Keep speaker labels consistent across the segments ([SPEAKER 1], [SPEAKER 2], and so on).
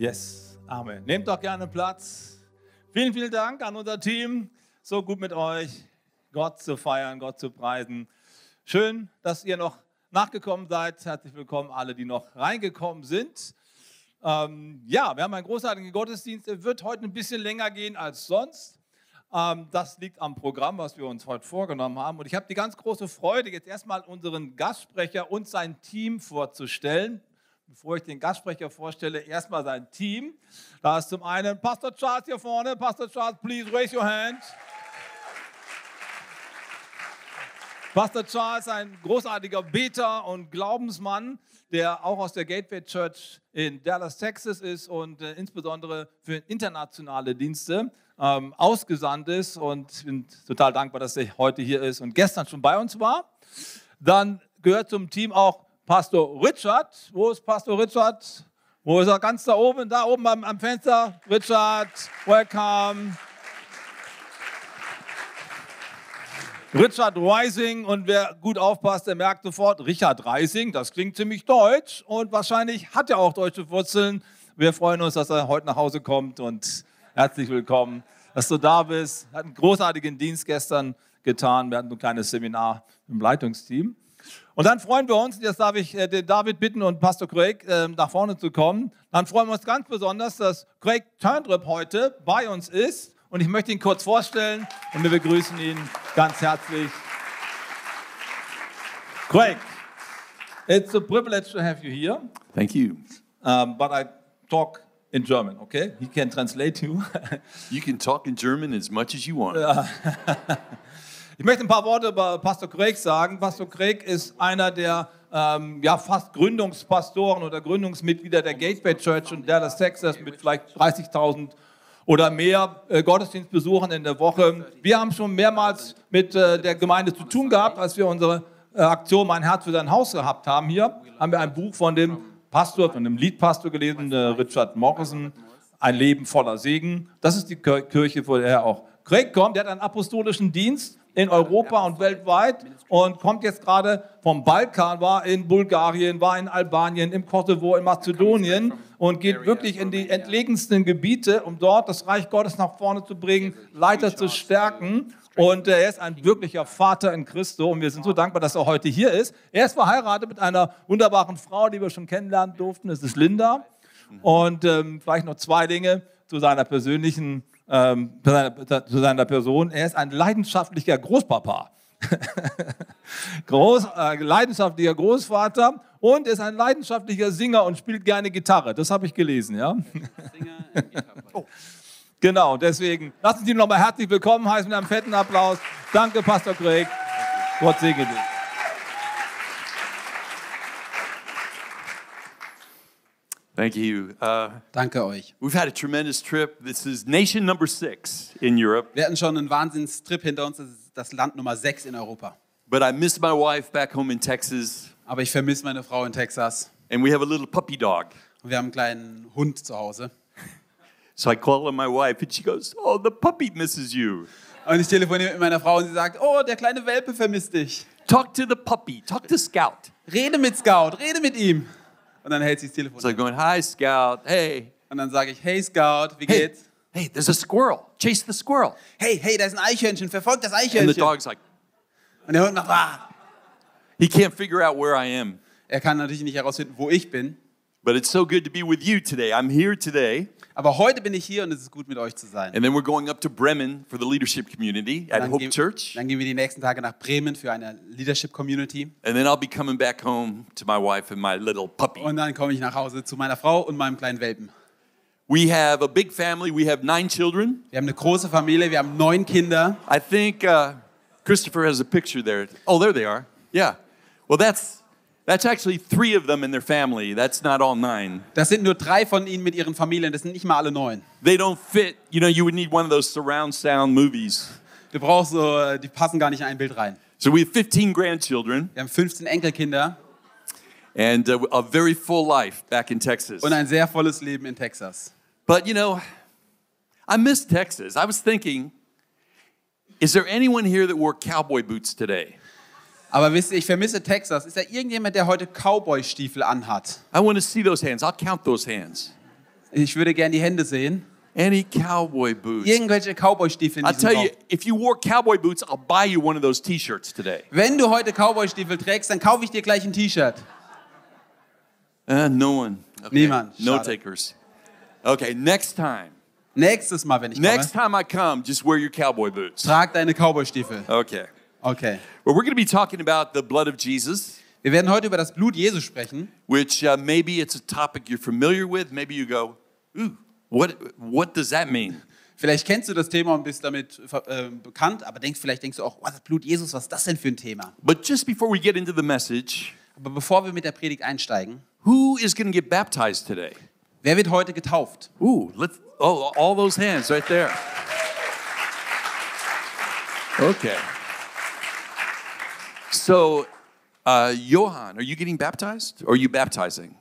[SPEAKER 1] Yes, Amen. Nehmt doch gerne Platz. Vielen, vielen Dank an unser Team. So gut mit euch, Gott zu feiern, Gott zu preisen. Schön, dass ihr noch nachgekommen seid. Herzlich willkommen alle, die noch reingekommen sind. Ähm, ja, wir haben einen großartigen Gottesdienst. Er wird heute ein bisschen länger gehen als sonst. Ähm, das liegt am Programm, was wir uns heute vorgenommen haben. Und ich habe die ganz große Freude, jetzt erstmal unseren Gastsprecher und sein Team vorzustellen. Bevor ich den Gastsprecher vorstelle, erstmal sein Team. Da ist zum einen Pastor Charles hier vorne. Pastor Charles, please raise your hand. Pastor Charles, ein großartiger Beter und Glaubensmann, der auch aus der Gateway Church in Dallas, Texas ist und äh, insbesondere für internationale Dienste ähm, ausgesandt ist. Und ich bin total dankbar, dass er heute hier ist und gestern schon bei uns war. Dann gehört zum Team auch Pastor Richard. Wo ist Pastor Richard? Wo ist er? Ganz da oben, da oben am, am Fenster. Richard, welcome. Richard Rising und wer gut aufpasst, der merkt sofort, Richard Rising, das klingt ziemlich deutsch und wahrscheinlich hat er auch deutsche Wurzeln. Wir freuen uns, dass er heute nach Hause kommt und herzlich willkommen, dass du da bist. Hat einen großartigen Dienst gestern getan. Wir hatten ein kleines Seminar im Leitungsteam. Und dann freuen wir uns, jetzt darf ich äh, den David bitten und Pastor Craig ähm, nach vorne zu kommen. Dann freuen wir uns ganz besonders, dass Craig Turndrip heute bei uns ist. Und ich möchte ihn kurz vorstellen und wir begrüßen ihn ganz herzlich. Craig, it's a privilege to have you here,
[SPEAKER 2] Thank you.
[SPEAKER 1] um, but I talk in German, okay? He can translate you.
[SPEAKER 2] You can talk in German as much as you want.
[SPEAKER 1] Ich möchte ein paar Worte über Pastor Craig sagen. Pastor Craig ist einer der ähm, ja, fast Gründungspastoren oder Gründungsmitglieder der Gateway Church in Dallas, Texas mit vielleicht 30.000 oder mehr äh, Gottesdienstbesuchern in der Woche. Wir haben schon mehrmals mit äh, der Gemeinde zu tun gehabt, als wir unsere äh, Aktion Mein Herz für dein Haus gehabt haben. Hier haben wir ein Buch von dem Pastor, von dem Liedpastor gelesen, äh, Richard Morrison, Ein Leben voller Segen. Das ist die Kir- Kirche, vor der er auch Craig kommt. Der hat einen apostolischen Dienst in Europa und weltweit und kommt jetzt gerade vom Balkan, war in Bulgarien, war in Albanien, im Kosovo, in Mazedonien und geht wirklich in die entlegensten Gebiete, um dort das Reich Gottes nach vorne zu bringen, Leiter zu stärken. Und äh, er ist ein wirklicher Vater in Christo und wir sind so dankbar, dass er heute hier ist. Er ist verheiratet mit einer wunderbaren Frau, die wir schon kennenlernen durften. Das ist Linda. Und ähm, vielleicht noch zwei Dinge zu seiner persönlichen, ähm, zu seiner, zu seiner Person. Er ist ein leidenschaftlicher Großpapa. Groß, äh, leidenschaftlicher Großvater und ist ein leidenschaftlicher Singer und spielt gerne Gitarre. Das habe ich gelesen, ja. Oh. Genau, deswegen lassen Sie ihn nochmal herzlich willkommen heißen mit einem fetten Applaus. Danke, Pastor Craig. Gott segne dich.
[SPEAKER 2] Thank you. Uh,
[SPEAKER 3] Danke euch.
[SPEAKER 2] we've had a tremendous trip. This is nation number six in Europe,
[SPEAKER 3] Wir hatten schon einen Wahnsinnstrip hinter uns. Das ist das Land Nummer 6 in Europa.
[SPEAKER 2] but I miss my wife back home in Texas,
[SPEAKER 3] Aber ich vermisse meine Frau in Texas.
[SPEAKER 2] and we have a little puppy dog.
[SPEAKER 3] Und wir haben einen kleinen Hund zu Hause.
[SPEAKER 2] So I call on my wife, and she goes, Oh, the puppy misses you.
[SPEAKER 3] Und ich telefoniere mit meiner Frau und sie sagt, oh, der kleine Welpe vermisst dich.
[SPEAKER 2] Talk to the puppy, talk to Scout.
[SPEAKER 3] Rede mit Scout, rede mit ihm. Und dann hält sie das Telefon.
[SPEAKER 2] So I'm going, Hi, Scout. Hey,
[SPEAKER 3] Und dann sage ich, hey Scout, wie
[SPEAKER 2] hey,
[SPEAKER 3] geht's?
[SPEAKER 2] hey, there's a squirrel. Chase the squirrel.
[SPEAKER 3] Hey, hey, da ist ein Eichhörnchen, verfolgt das
[SPEAKER 2] And the
[SPEAKER 3] Eichhörnchen.
[SPEAKER 2] dog's like,
[SPEAKER 3] Und der Hund macht, ah.
[SPEAKER 2] He can't figure out where I am.
[SPEAKER 3] Er kann natürlich nicht herausfinden, wo ich bin.
[SPEAKER 2] But it's so good to be with you today. I'm here today.
[SPEAKER 3] Aber heute bin ich hier und es ist gut, mit euch zu sein.
[SPEAKER 2] And then we're going up to Bremen for the leadership community at
[SPEAKER 3] Dann,
[SPEAKER 2] Hope
[SPEAKER 3] gehen-
[SPEAKER 2] Church.
[SPEAKER 3] dann gehen wir die nächsten Tage nach Bremen für eine Leadership Community.
[SPEAKER 2] And then I'll be coming back home to my wife and my little puppy.
[SPEAKER 3] Und dann komme ich nach Hause zu meiner Frau und meinem kleinen Welpen.
[SPEAKER 2] We have a big family. We have nine children.
[SPEAKER 3] Wir haben eine große Familie, wir haben neun Kinder.
[SPEAKER 2] I think uh, Christopher has a picture there. Oh, there they are. Yeah. Well, that's that's actually three of them in their family. That's not all nine.
[SPEAKER 3] Das sind nur drei von ihnen mit ihren Familien, das sind nicht mal alle neun.
[SPEAKER 2] They don't fit. You know, you would need one of those surround sound movies.
[SPEAKER 3] Du brauchst so, äh, die passen gar nicht in ein Bild rein.
[SPEAKER 2] So we have 15 grandchildren
[SPEAKER 3] Wir haben 15 Enkelkinder
[SPEAKER 2] and uh, a very full life back in Texas.
[SPEAKER 3] und ein sehr volles Leben in Texas.
[SPEAKER 2] But you know, I miss Texas. I was thinking, is there anyone here that wore cowboy boots today?
[SPEAKER 3] Aber wisst ihr, ich vermisse Texas. Ist da irgendjemand, der heute Cowboy-Stiefel anhat?
[SPEAKER 2] I want to see those hands. I'll count those hands.
[SPEAKER 3] Ich würde gerne die Hände sehen.
[SPEAKER 2] Any cowboy boots.
[SPEAKER 3] Irgendwelche Cowboy-Stiefel in
[SPEAKER 2] I
[SPEAKER 3] diesem
[SPEAKER 2] tell you,
[SPEAKER 3] Raum.
[SPEAKER 2] if you wore cowboy boots, I'll buy you one of those T-shirts today.
[SPEAKER 3] Wenn du heute Cowboy-Stiefel trägst, dann kaufe ich dir gleich ein T-Shirt.
[SPEAKER 2] Uh, no one.
[SPEAKER 3] Niemand.
[SPEAKER 2] No
[SPEAKER 3] Schade.
[SPEAKER 2] takers. Okay, next time.
[SPEAKER 3] Nächstes Mal, wenn ich
[SPEAKER 2] Next
[SPEAKER 3] komme,
[SPEAKER 2] time I come, just wear your cowboy boots.
[SPEAKER 3] trag deine Cowboy-Stiefel.
[SPEAKER 2] Okay.
[SPEAKER 3] Okay.
[SPEAKER 2] Well, we're going to be talking about the blood of Jesus,
[SPEAKER 3] Wir werden heute über das Blut Jesu sprechen.
[SPEAKER 2] which uh, maybe it's a topic you're familiar with. Maybe you go, ooh, what, what does that mean?
[SPEAKER 3] Vielleicht kennst du das Thema und bist damit äh, bekannt, aber denkst, vielleicht denkst du auch, oh, das Blut Jesus, was ist das denn für ein Thema?
[SPEAKER 2] But just before we get into the message,
[SPEAKER 3] Aber bevor wir mit der Predigt einsteigen,
[SPEAKER 2] who is going to get baptized today?
[SPEAKER 3] wer wird heute getauft?
[SPEAKER 2] Ooh, let's, oh, all those hands right there. Okay. So, uh, Johan, are you getting baptized? Or are you baptizing?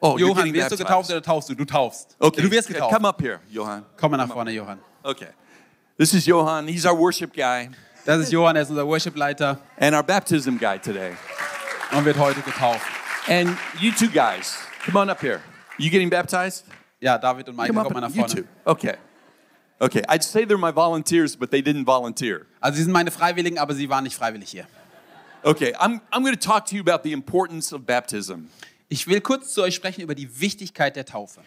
[SPEAKER 2] Oh, you're
[SPEAKER 3] Johann,
[SPEAKER 2] getting
[SPEAKER 3] wirst du getauft
[SPEAKER 2] baptized.
[SPEAKER 3] oder taufst du? Du taufst.
[SPEAKER 2] Okay,
[SPEAKER 3] Du wirst
[SPEAKER 2] c-
[SPEAKER 3] getauft.
[SPEAKER 2] come up here, Johan.
[SPEAKER 3] Komm mal nach vorne, Johann.
[SPEAKER 2] Okay. This is Johan. He's our worship guy
[SPEAKER 3] Das ist Johann, er ist unser Worship-Leiter
[SPEAKER 2] and our baptism guy today.
[SPEAKER 3] und wird heute getauft.
[SPEAKER 2] And you two guys, come on up here. You getting baptized?
[SPEAKER 3] Ja, David und Michael,
[SPEAKER 2] Come
[SPEAKER 3] komm
[SPEAKER 2] up,
[SPEAKER 3] mal nach
[SPEAKER 2] you
[SPEAKER 3] vorne.
[SPEAKER 2] two. Okay. Okay. I'd say they're my volunteers, but they didn't volunteer.
[SPEAKER 3] Also sie sind meine Freiwilligen, aber sie waren nicht freiwillig hier.
[SPEAKER 2] Okay, I'm, I'm going to talk to you about the importance of baptism.
[SPEAKER 3] Ich will kurz zu euch sprechen über die Wichtigkeit der Taufe.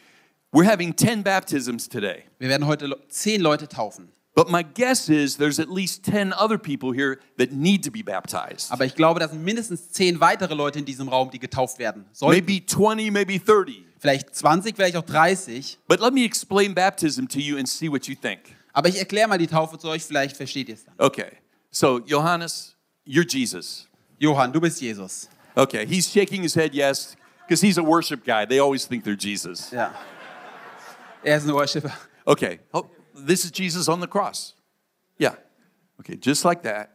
[SPEAKER 2] We're having 10 baptisms today,
[SPEAKER 3] Wir werden heute le- zehn Leute taufen.
[SPEAKER 2] but my guess is there's at least 10 other people here that need to be baptized.
[SPEAKER 3] Aber ich glaube, da sind mindestens zehn weitere Leute in diesem Raum, die getauft werden sollten.
[SPEAKER 2] Maybe 20, maybe 30.
[SPEAKER 3] Vielleicht 20, vielleicht auch 30.
[SPEAKER 2] But let me explain baptism to you and see what you think.
[SPEAKER 3] Aber ich erkläre mal die Taufe zu euch, vielleicht versteht ihr es dann.
[SPEAKER 2] Okay, so Johannes, you're Jesus.
[SPEAKER 3] Johann, du bist Jesus.
[SPEAKER 2] Okay, he's shaking his head yes, because he's a worship guy. They always think they're Jesus.
[SPEAKER 3] Ja. Er ist ein Worshipper.
[SPEAKER 2] Okay, oh, this is Jesus on the cross. Yeah. Okay, just like that.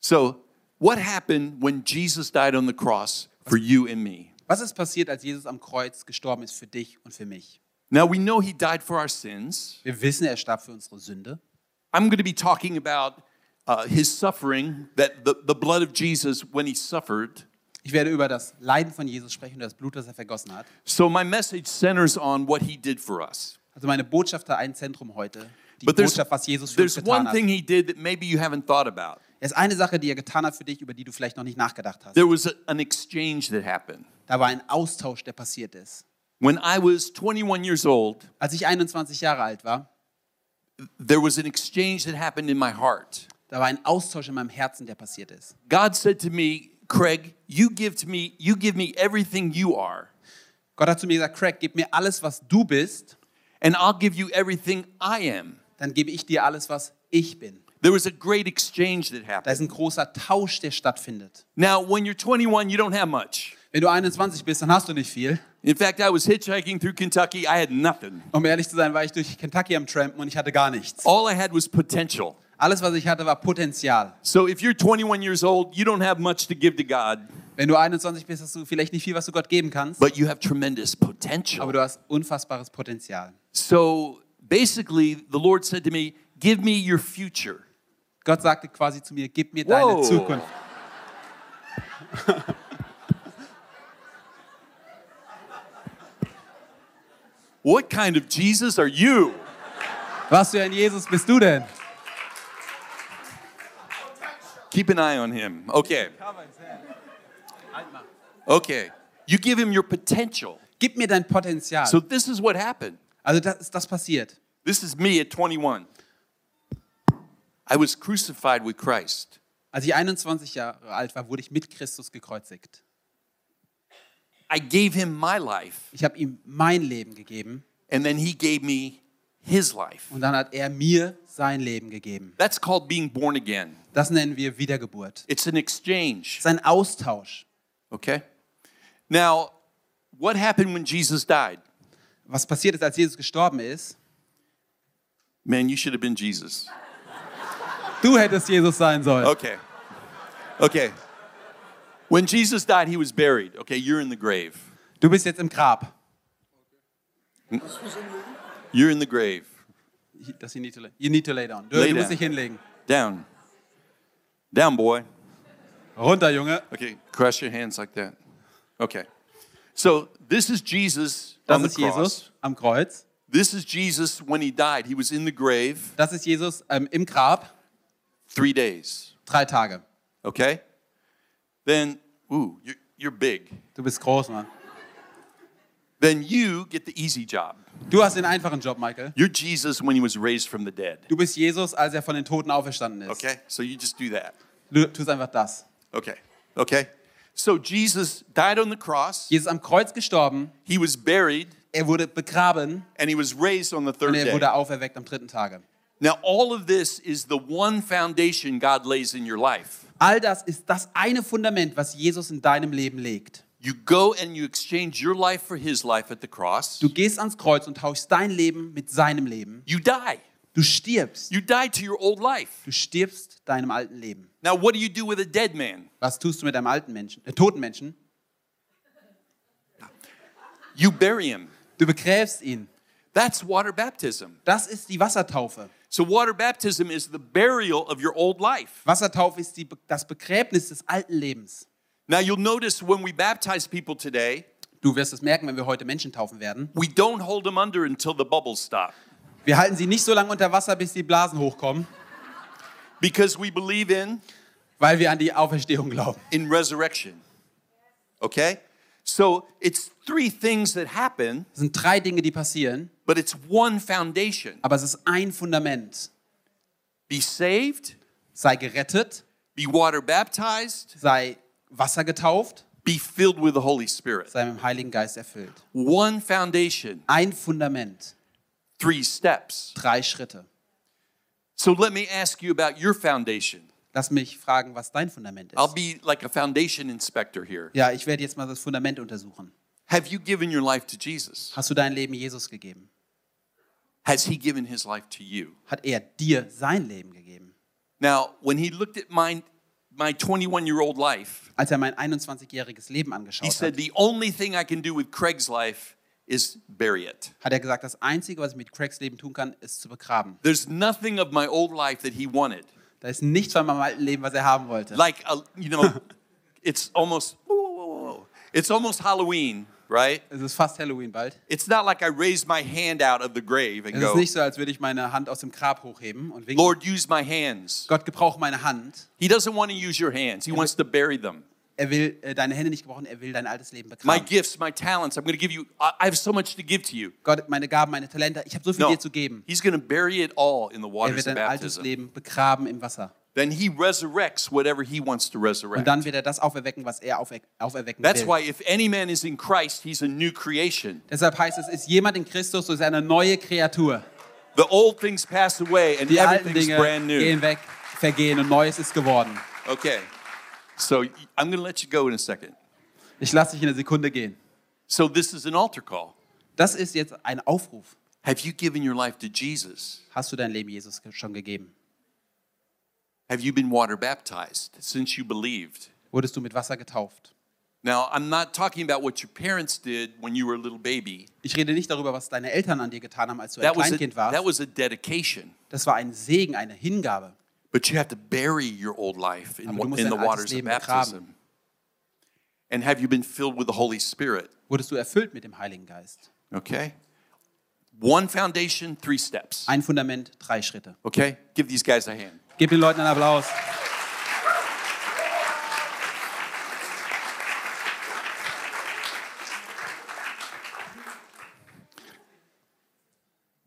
[SPEAKER 2] So, what happened when Jesus died on the cross for you and me?
[SPEAKER 3] Was ist passiert, als Jesus am Kreuz gestorben ist für dich und für mich?
[SPEAKER 2] Now, we know he died for our sins.
[SPEAKER 3] Wir wissen, er starb für unsere Sünde.
[SPEAKER 2] I'm going to be talking about uh, his suffering, that the, the blood of Jesus when he suffered.
[SPEAKER 3] Ich werde über das Leiden von Jesus sprechen und das Blut, das er vergossen hat.
[SPEAKER 2] So, my message centers on what he did for us.
[SPEAKER 3] Also meine Botschaft da ein Zentrum heute. Die
[SPEAKER 2] But there's,
[SPEAKER 3] Botschaft, was Jesus für uns
[SPEAKER 2] there's
[SPEAKER 3] getan
[SPEAKER 2] one
[SPEAKER 3] hat.
[SPEAKER 2] thing he did that maybe you haven't thought about.
[SPEAKER 3] Es ist eine Sache, die er getan hat für dich, über die du vielleicht noch nicht nachgedacht hast.
[SPEAKER 2] There was a- an exchange that happened.
[SPEAKER 3] Da war ein Austausch, der passiert ist.
[SPEAKER 2] When I was 21 years old,
[SPEAKER 3] Als ich 21 Jahre alt war,
[SPEAKER 2] there was an exchange that happened in my heart.
[SPEAKER 3] da war ein Austausch in meinem Herzen, der passiert ist.
[SPEAKER 2] God said to me, Craig, you give to me, you give me everything you are,
[SPEAKER 3] Gott hat zu mir gesagt, Craig, gib mir alles, was du bist,
[SPEAKER 2] and I'll give you everything I am.
[SPEAKER 3] dann gebe ich dir alles, was ich bin.
[SPEAKER 2] There was a great exchange that
[SPEAKER 3] Da
[SPEAKER 2] happened.
[SPEAKER 3] ist ein großer Tausch, der stattfindet.
[SPEAKER 2] Now, when you're 21, you don't have much.
[SPEAKER 3] Wenn du 21 bist, dann hast du nicht viel.
[SPEAKER 2] In fact, I was hitchhiking through Kentucky. I had nothing.
[SPEAKER 3] Um ehrlich zu sein, war ich durch Kentucky am Trampen und ich hatte gar nichts.
[SPEAKER 2] All I had was potential.
[SPEAKER 3] Alles, was ich hatte, war Potenzial.
[SPEAKER 2] So if you're 21 years old, you don't have much to give to God,
[SPEAKER 3] Wenn du 21 bist, hast du vielleicht nicht viel, was du Gott geben kannst,
[SPEAKER 2] but you have tremendous potential.
[SPEAKER 3] aber du hast unfassbares Potenzial.
[SPEAKER 2] So basically, the Lord said to me, Give me your future.
[SPEAKER 3] Gott sagte quasi zu mir, gib mir
[SPEAKER 2] Wow.
[SPEAKER 3] deine Zukunft.
[SPEAKER 2] What kind of Jesus are you?
[SPEAKER 3] Was für ein Jesus bist du denn?
[SPEAKER 2] Keep an eye on him. Okay. Okay. You give him your potential.
[SPEAKER 3] Gib mir dein Potenzial.
[SPEAKER 2] So this is what happened.
[SPEAKER 3] also das ist das passiert.
[SPEAKER 2] This is me at 21. I was crucified with Christ.
[SPEAKER 3] Als ich 21 Jahre alt war, wurde ich mit Christus gekreuzigt.
[SPEAKER 2] I gave him my life,
[SPEAKER 3] Ich habe ihm mein Leben gegeben
[SPEAKER 2] and then he gave me his life.
[SPEAKER 3] und dann hat er mir sein Leben gegeben.
[SPEAKER 2] That's called being born again.
[SPEAKER 3] Das nennen wir Wiedergeburt.
[SPEAKER 2] It's an exchange.
[SPEAKER 3] Das ist ein Austausch.
[SPEAKER 2] Okay? Now, what happened when Jesus died?
[SPEAKER 3] Was passiert ist, als Jesus gestorben ist?
[SPEAKER 2] Man, you should have been Jesus.
[SPEAKER 3] Du hättest Jesus sein sollen.
[SPEAKER 2] Okay. Okay. When Jesus died, he was buried. Okay, you're in the grave.
[SPEAKER 3] Du bist jetzt im Grab.
[SPEAKER 2] You're in the grave.
[SPEAKER 3] Das you need to lay, you need to lay down. Du,
[SPEAKER 2] Lay
[SPEAKER 3] du
[SPEAKER 2] down.
[SPEAKER 3] musst dich hinlegen.
[SPEAKER 2] Down. Down, boy.
[SPEAKER 3] Runter, Junge.
[SPEAKER 2] Okay, cross your hands like that. Okay. So this is Jesus
[SPEAKER 3] Das
[SPEAKER 2] on the
[SPEAKER 3] ist
[SPEAKER 2] cross.
[SPEAKER 3] Jesus am Kreuz.
[SPEAKER 2] This is Jesus when he died. He was in the grave
[SPEAKER 3] Das ist Jesus ähm, im Grab.
[SPEAKER 2] three days.
[SPEAKER 3] Drei Tage.
[SPEAKER 2] Okay? Then, ooh, you're, you're big.
[SPEAKER 3] Du bist groß, Mann.
[SPEAKER 2] Then you get the easy job.
[SPEAKER 3] Du hast den einfachen Job, Michael.
[SPEAKER 2] You're Jesus when he was raised from the dead.
[SPEAKER 3] Du bist Jesus, als er von den Toten auferstanden ist.
[SPEAKER 2] Okay? So you just do that.
[SPEAKER 3] Du tust einfach das.
[SPEAKER 2] Okay. Okay? So Jesus died on the cross.
[SPEAKER 3] Jesus ist am Kreuz gestorben.
[SPEAKER 2] He was buried
[SPEAKER 3] Er wurde begraben
[SPEAKER 2] and he was raised on the third
[SPEAKER 3] und er
[SPEAKER 2] day.
[SPEAKER 3] wurde auferweckt am dritten Tage.
[SPEAKER 2] Now, all of this is the one foundation God lays in your life.
[SPEAKER 3] All das ist das eine Fundament, was Jesus in deinem Leben legt.
[SPEAKER 2] You go and you exchange your life for his life at the cross.
[SPEAKER 3] Du gehst ans Kreuz und tauschst dein Leben mit seinem Leben.
[SPEAKER 2] You die.
[SPEAKER 3] Du stirbst.
[SPEAKER 2] You die to your old life.
[SPEAKER 3] Du stirbst deinem alten Leben.
[SPEAKER 2] Now, what do you do with a dead man?
[SPEAKER 3] Was tust du mit deinem alten Menschen, äh, toten Menschen?
[SPEAKER 2] You bury him.
[SPEAKER 3] Du begräbst ihn.
[SPEAKER 2] That's water baptism.
[SPEAKER 3] Das ist die Wassertaufe.
[SPEAKER 2] So, water baptism is the burial of your old life.
[SPEAKER 3] Wassertaufe ist die, Be- das Begräbnis des alten Lebens.
[SPEAKER 2] Now, you'll notice when we baptize people today,
[SPEAKER 3] Du wirst es merken, wenn wir heute Menschen taufen werden.
[SPEAKER 2] we don't hold them under until the bubbles stop
[SPEAKER 3] Wir halten sie nicht so lange unter Wasser, bis die Blasen hochkommen,
[SPEAKER 2] because we believe in
[SPEAKER 3] weil wir an die Auferstehung glauben.
[SPEAKER 2] in resurrection. Okay? So, it's three things that happen,
[SPEAKER 3] Es sind drei Dinge, die passieren,
[SPEAKER 2] but it's one foundation.
[SPEAKER 3] aber es ist ein Fundament.
[SPEAKER 2] Be saved,
[SPEAKER 3] Sei gerettet,
[SPEAKER 2] be water baptized,
[SPEAKER 3] sei Wasser getauft,
[SPEAKER 2] be filled with the Holy Spirit.
[SPEAKER 3] sei mit dem Heiligen Geist erfüllt.
[SPEAKER 2] One foundation,
[SPEAKER 3] Ein Fundament,
[SPEAKER 2] three steps.
[SPEAKER 3] drei Schritte.
[SPEAKER 2] So let me ask you about your foundation.
[SPEAKER 3] Lass mich fragen, was dein Fundament
[SPEAKER 2] I'll
[SPEAKER 3] ist.
[SPEAKER 2] be like a foundation inspector here.
[SPEAKER 3] Ja, ich werde jetzt mal das Fundament untersuchen.
[SPEAKER 2] Have you given your life to Jesus?
[SPEAKER 3] Hast du dein Leben Jesus gegeben?
[SPEAKER 2] Has he given his life to you?
[SPEAKER 3] Hat er dir sein Leben gegeben?
[SPEAKER 2] Now, when he looked at my my 21 year old life,
[SPEAKER 3] Als er mein 21-jähriges Leben
[SPEAKER 2] he
[SPEAKER 3] angeschaut
[SPEAKER 2] said,
[SPEAKER 3] hat,
[SPEAKER 2] The only thing I can do with Craig's life is bury it.
[SPEAKER 3] hat er gesagt, das Einzige, was ich mit Craigs Leben tun kann, ist zu begraben.
[SPEAKER 2] There's nothing of my old life that he wanted.
[SPEAKER 3] Da ist nichts von meinem alten Leben, was er haben wollte.
[SPEAKER 2] Like, a, you know, it's almost, whoa, whoa, whoa, whoa. it's almost Halloween, right?
[SPEAKER 3] Es ist fast Halloween bald.
[SPEAKER 2] It's not like I raise my hand out of the grave and
[SPEAKER 3] Es ist
[SPEAKER 2] go,
[SPEAKER 3] nicht so, als würde ich meine Hand aus dem Grab hochheben und winken.
[SPEAKER 2] Lord, use my hands.
[SPEAKER 3] Gott gebraucht meine Hand.
[SPEAKER 2] He doesn't want to use your hands. He wants to bury them.
[SPEAKER 3] Er will äh, deine Hände nicht gebrauchen, er will dein altes Leben
[SPEAKER 2] My
[SPEAKER 3] begraben.
[SPEAKER 2] gifts, my talents, I'm going to give you, I I have so much to give to you.
[SPEAKER 3] Gott, meine Gaben, meine Talente, ich habe so viel
[SPEAKER 2] No,
[SPEAKER 3] dir zu geben.
[SPEAKER 2] he's going to bury it all in the
[SPEAKER 3] Er
[SPEAKER 2] waters
[SPEAKER 3] wird
[SPEAKER 2] of
[SPEAKER 3] dein altes
[SPEAKER 2] baptism.
[SPEAKER 3] Leben begraben im Wasser.
[SPEAKER 2] Then he resurrects whatever he wants to
[SPEAKER 3] Und
[SPEAKER 2] resurrect.
[SPEAKER 3] dann wird er das auferwecken, was er auferwe auferwecken
[SPEAKER 2] That's
[SPEAKER 3] will.
[SPEAKER 2] why if any man is in Christ, he's a new creation.
[SPEAKER 3] Deshalb heißt es, ist jemand in Christus, so ist er eine neue Kreatur.
[SPEAKER 2] The old things pass away and
[SPEAKER 3] Die alten
[SPEAKER 2] everything's
[SPEAKER 3] Dinge
[SPEAKER 2] brand new.
[SPEAKER 3] gehen weg, vergehen und Neues ist geworden.
[SPEAKER 2] Okay. So y- I'm going to let you go in a second.
[SPEAKER 3] Ich lasse dich in einer Sekunde gehen.
[SPEAKER 2] So this is an altar call.
[SPEAKER 3] Das ist jetzt ein Aufruf.
[SPEAKER 2] Have you given your life to Jesus?
[SPEAKER 3] Hast du dein Leben Jesus ge- schon gegeben?
[SPEAKER 2] Have you been water baptized since you believed?
[SPEAKER 3] Wurdest du mit Wasser getauft?
[SPEAKER 2] Now, I'm not talking about what your parents did when you were a little baby.
[SPEAKER 3] Ich rede nicht darüber, was deine Eltern an dir getan haben, als du ein
[SPEAKER 2] That was a,
[SPEAKER 3] Kleinkind warst.
[SPEAKER 2] that was a dedication.
[SPEAKER 3] Das war ein Segen, eine Hingabe.
[SPEAKER 2] But you have to bury your old life in,
[SPEAKER 3] Aber du musst
[SPEAKER 2] in the
[SPEAKER 3] dein altes
[SPEAKER 2] waters of
[SPEAKER 3] Leben
[SPEAKER 2] baptism.
[SPEAKER 3] begraben.
[SPEAKER 2] And have you been filled with the Holy Spirit?
[SPEAKER 3] Wurdest du erfüllt mit dem Heiligen Geist?
[SPEAKER 2] Okay? One foundation, three steps.
[SPEAKER 3] Ein Fundament, drei Schritte.
[SPEAKER 2] Okay? Give these guys a hand.
[SPEAKER 3] Gebt den Leuten einen Applaus.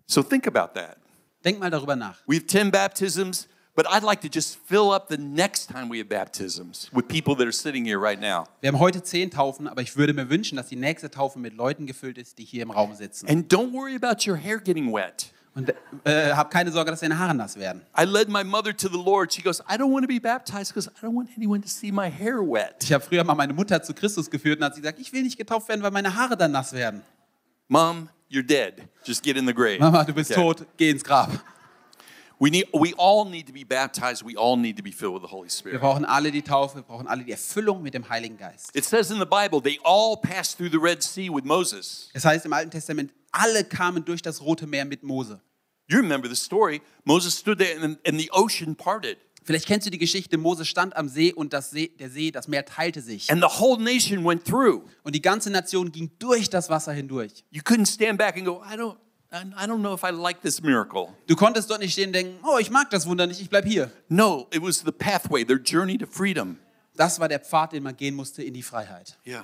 [SPEAKER 2] So think about that.
[SPEAKER 3] Denk mal darüber nach.
[SPEAKER 2] We have 10 baptisms, but I'd like to just fill up the next time we have baptisms with people that are sitting here right now.
[SPEAKER 3] Wir haben heute zehn Taufen, aber ich würde mir wünschen, dass die nächste Taufe mit Leuten gefüllt ist, die hier im Raum sitzen.
[SPEAKER 2] And don't worry about your hair getting wet.
[SPEAKER 3] Und äh, hab keine Sorge, dass deine Haare nass werden.
[SPEAKER 2] I led my mother to the Lord. She goes, I don't want to be baptized because I don't want anyone to see my hair wet.
[SPEAKER 3] Ich habe früher mal meine Mutter zu Christus geführt und hat sie gesagt, ich will nicht getauft werden, weil meine Haare dann nass werden.
[SPEAKER 2] Mom, you're dead. Just get in the grave.
[SPEAKER 3] Mama, du bist
[SPEAKER 2] Okay.
[SPEAKER 3] tot, geh ins Grab.
[SPEAKER 2] We, need, we all need to be baptized. We all need to be filled with the Holy
[SPEAKER 3] Wir
[SPEAKER 2] Spirit.
[SPEAKER 3] brauchen alle die Taufe, wir brauchen alle die Erfüllung mit dem Heiligen Geist.
[SPEAKER 2] It says in the Bible, they all passed through the Red Sea with Moses.
[SPEAKER 3] Es heißt im Alten Testament, alle kamen durch das Rote Meer mit Mose.
[SPEAKER 2] You remember the story. Moses stood there and, and the ocean parted.
[SPEAKER 3] Vielleicht kennst du die Geschichte, Mose stand am See und das See, der See, das Meer teilte sich.
[SPEAKER 2] and the whole nation went through.
[SPEAKER 3] Und die ganze Nation ging durch das Wasser hindurch.
[SPEAKER 2] You couldn't stand back and go, I don't, I I don't know if I like this miracle.
[SPEAKER 3] Du konntest dort nicht stehen und denken, oh, ich mag das Wunder nicht, ich bleib hier.
[SPEAKER 2] No, it was the pathway, their journey to freedom.
[SPEAKER 3] Das war der Pfad, den man gehen musste in die Freiheit.
[SPEAKER 2] Yeah.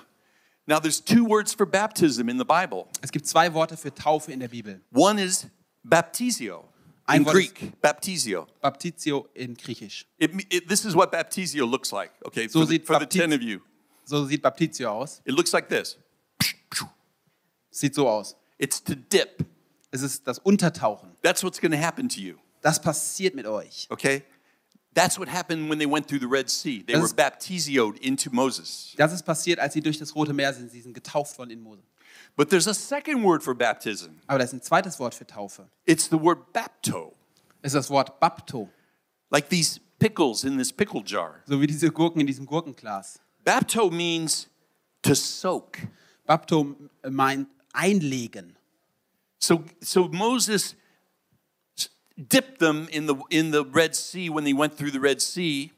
[SPEAKER 2] Now, there's two words for baptism in the Bible.
[SPEAKER 3] Es gibt zwei Worte für Taufe in der Bibel.
[SPEAKER 2] One is baptizio in
[SPEAKER 3] Ein Wort-
[SPEAKER 2] Greek, baptizio.
[SPEAKER 3] Baptizio in Griechisch.
[SPEAKER 2] It, it, this is what baptizio looks like. Okay,
[SPEAKER 3] So
[SPEAKER 2] for, the,
[SPEAKER 3] sieht
[SPEAKER 2] for the
[SPEAKER 3] Baptiz-
[SPEAKER 2] ten of you,
[SPEAKER 3] So sieht Baptizio aus.
[SPEAKER 2] it looks like this.
[SPEAKER 3] Sieht so aus.
[SPEAKER 2] It's to dip.
[SPEAKER 3] Es ist das Untertauchen.
[SPEAKER 2] That's what's going to happen to you.
[SPEAKER 3] Das passiert mit euch.
[SPEAKER 2] Okay, that's what happened when they went through the Red Sea. They
[SPEAKER 3] Das
[SPEAKER 2] were
[SPEAKER 3] ist-
[SPEAKER 2] baptizioed into Moses.
[SPEAKER 3] Das ist passiert, als sie durch das Rote Meer sind. Sie sind getauft worden in Mose.
[SPEAKER 2] But there's a second word for baptism.
[SPEAKER 3] Aber da ist ein zweites Wort für Taufe.
[SPEAKER 2] It's the word bapto,
[SPEAKER 3] Es ist das Wort Bapto.
[SPEAKER 2] like these pickles in this pickle jar.
[SPEAKER 3] So wie diese Gurken in diesem Gurkenglas.
[SPEAKER 2] Bapto means to soak.
[SPEAKER 3] Bapto meint einlegen.
[SPEAKER 2] So, so Moses dipped them in the, in the Red Sea when they went through the Red Sea,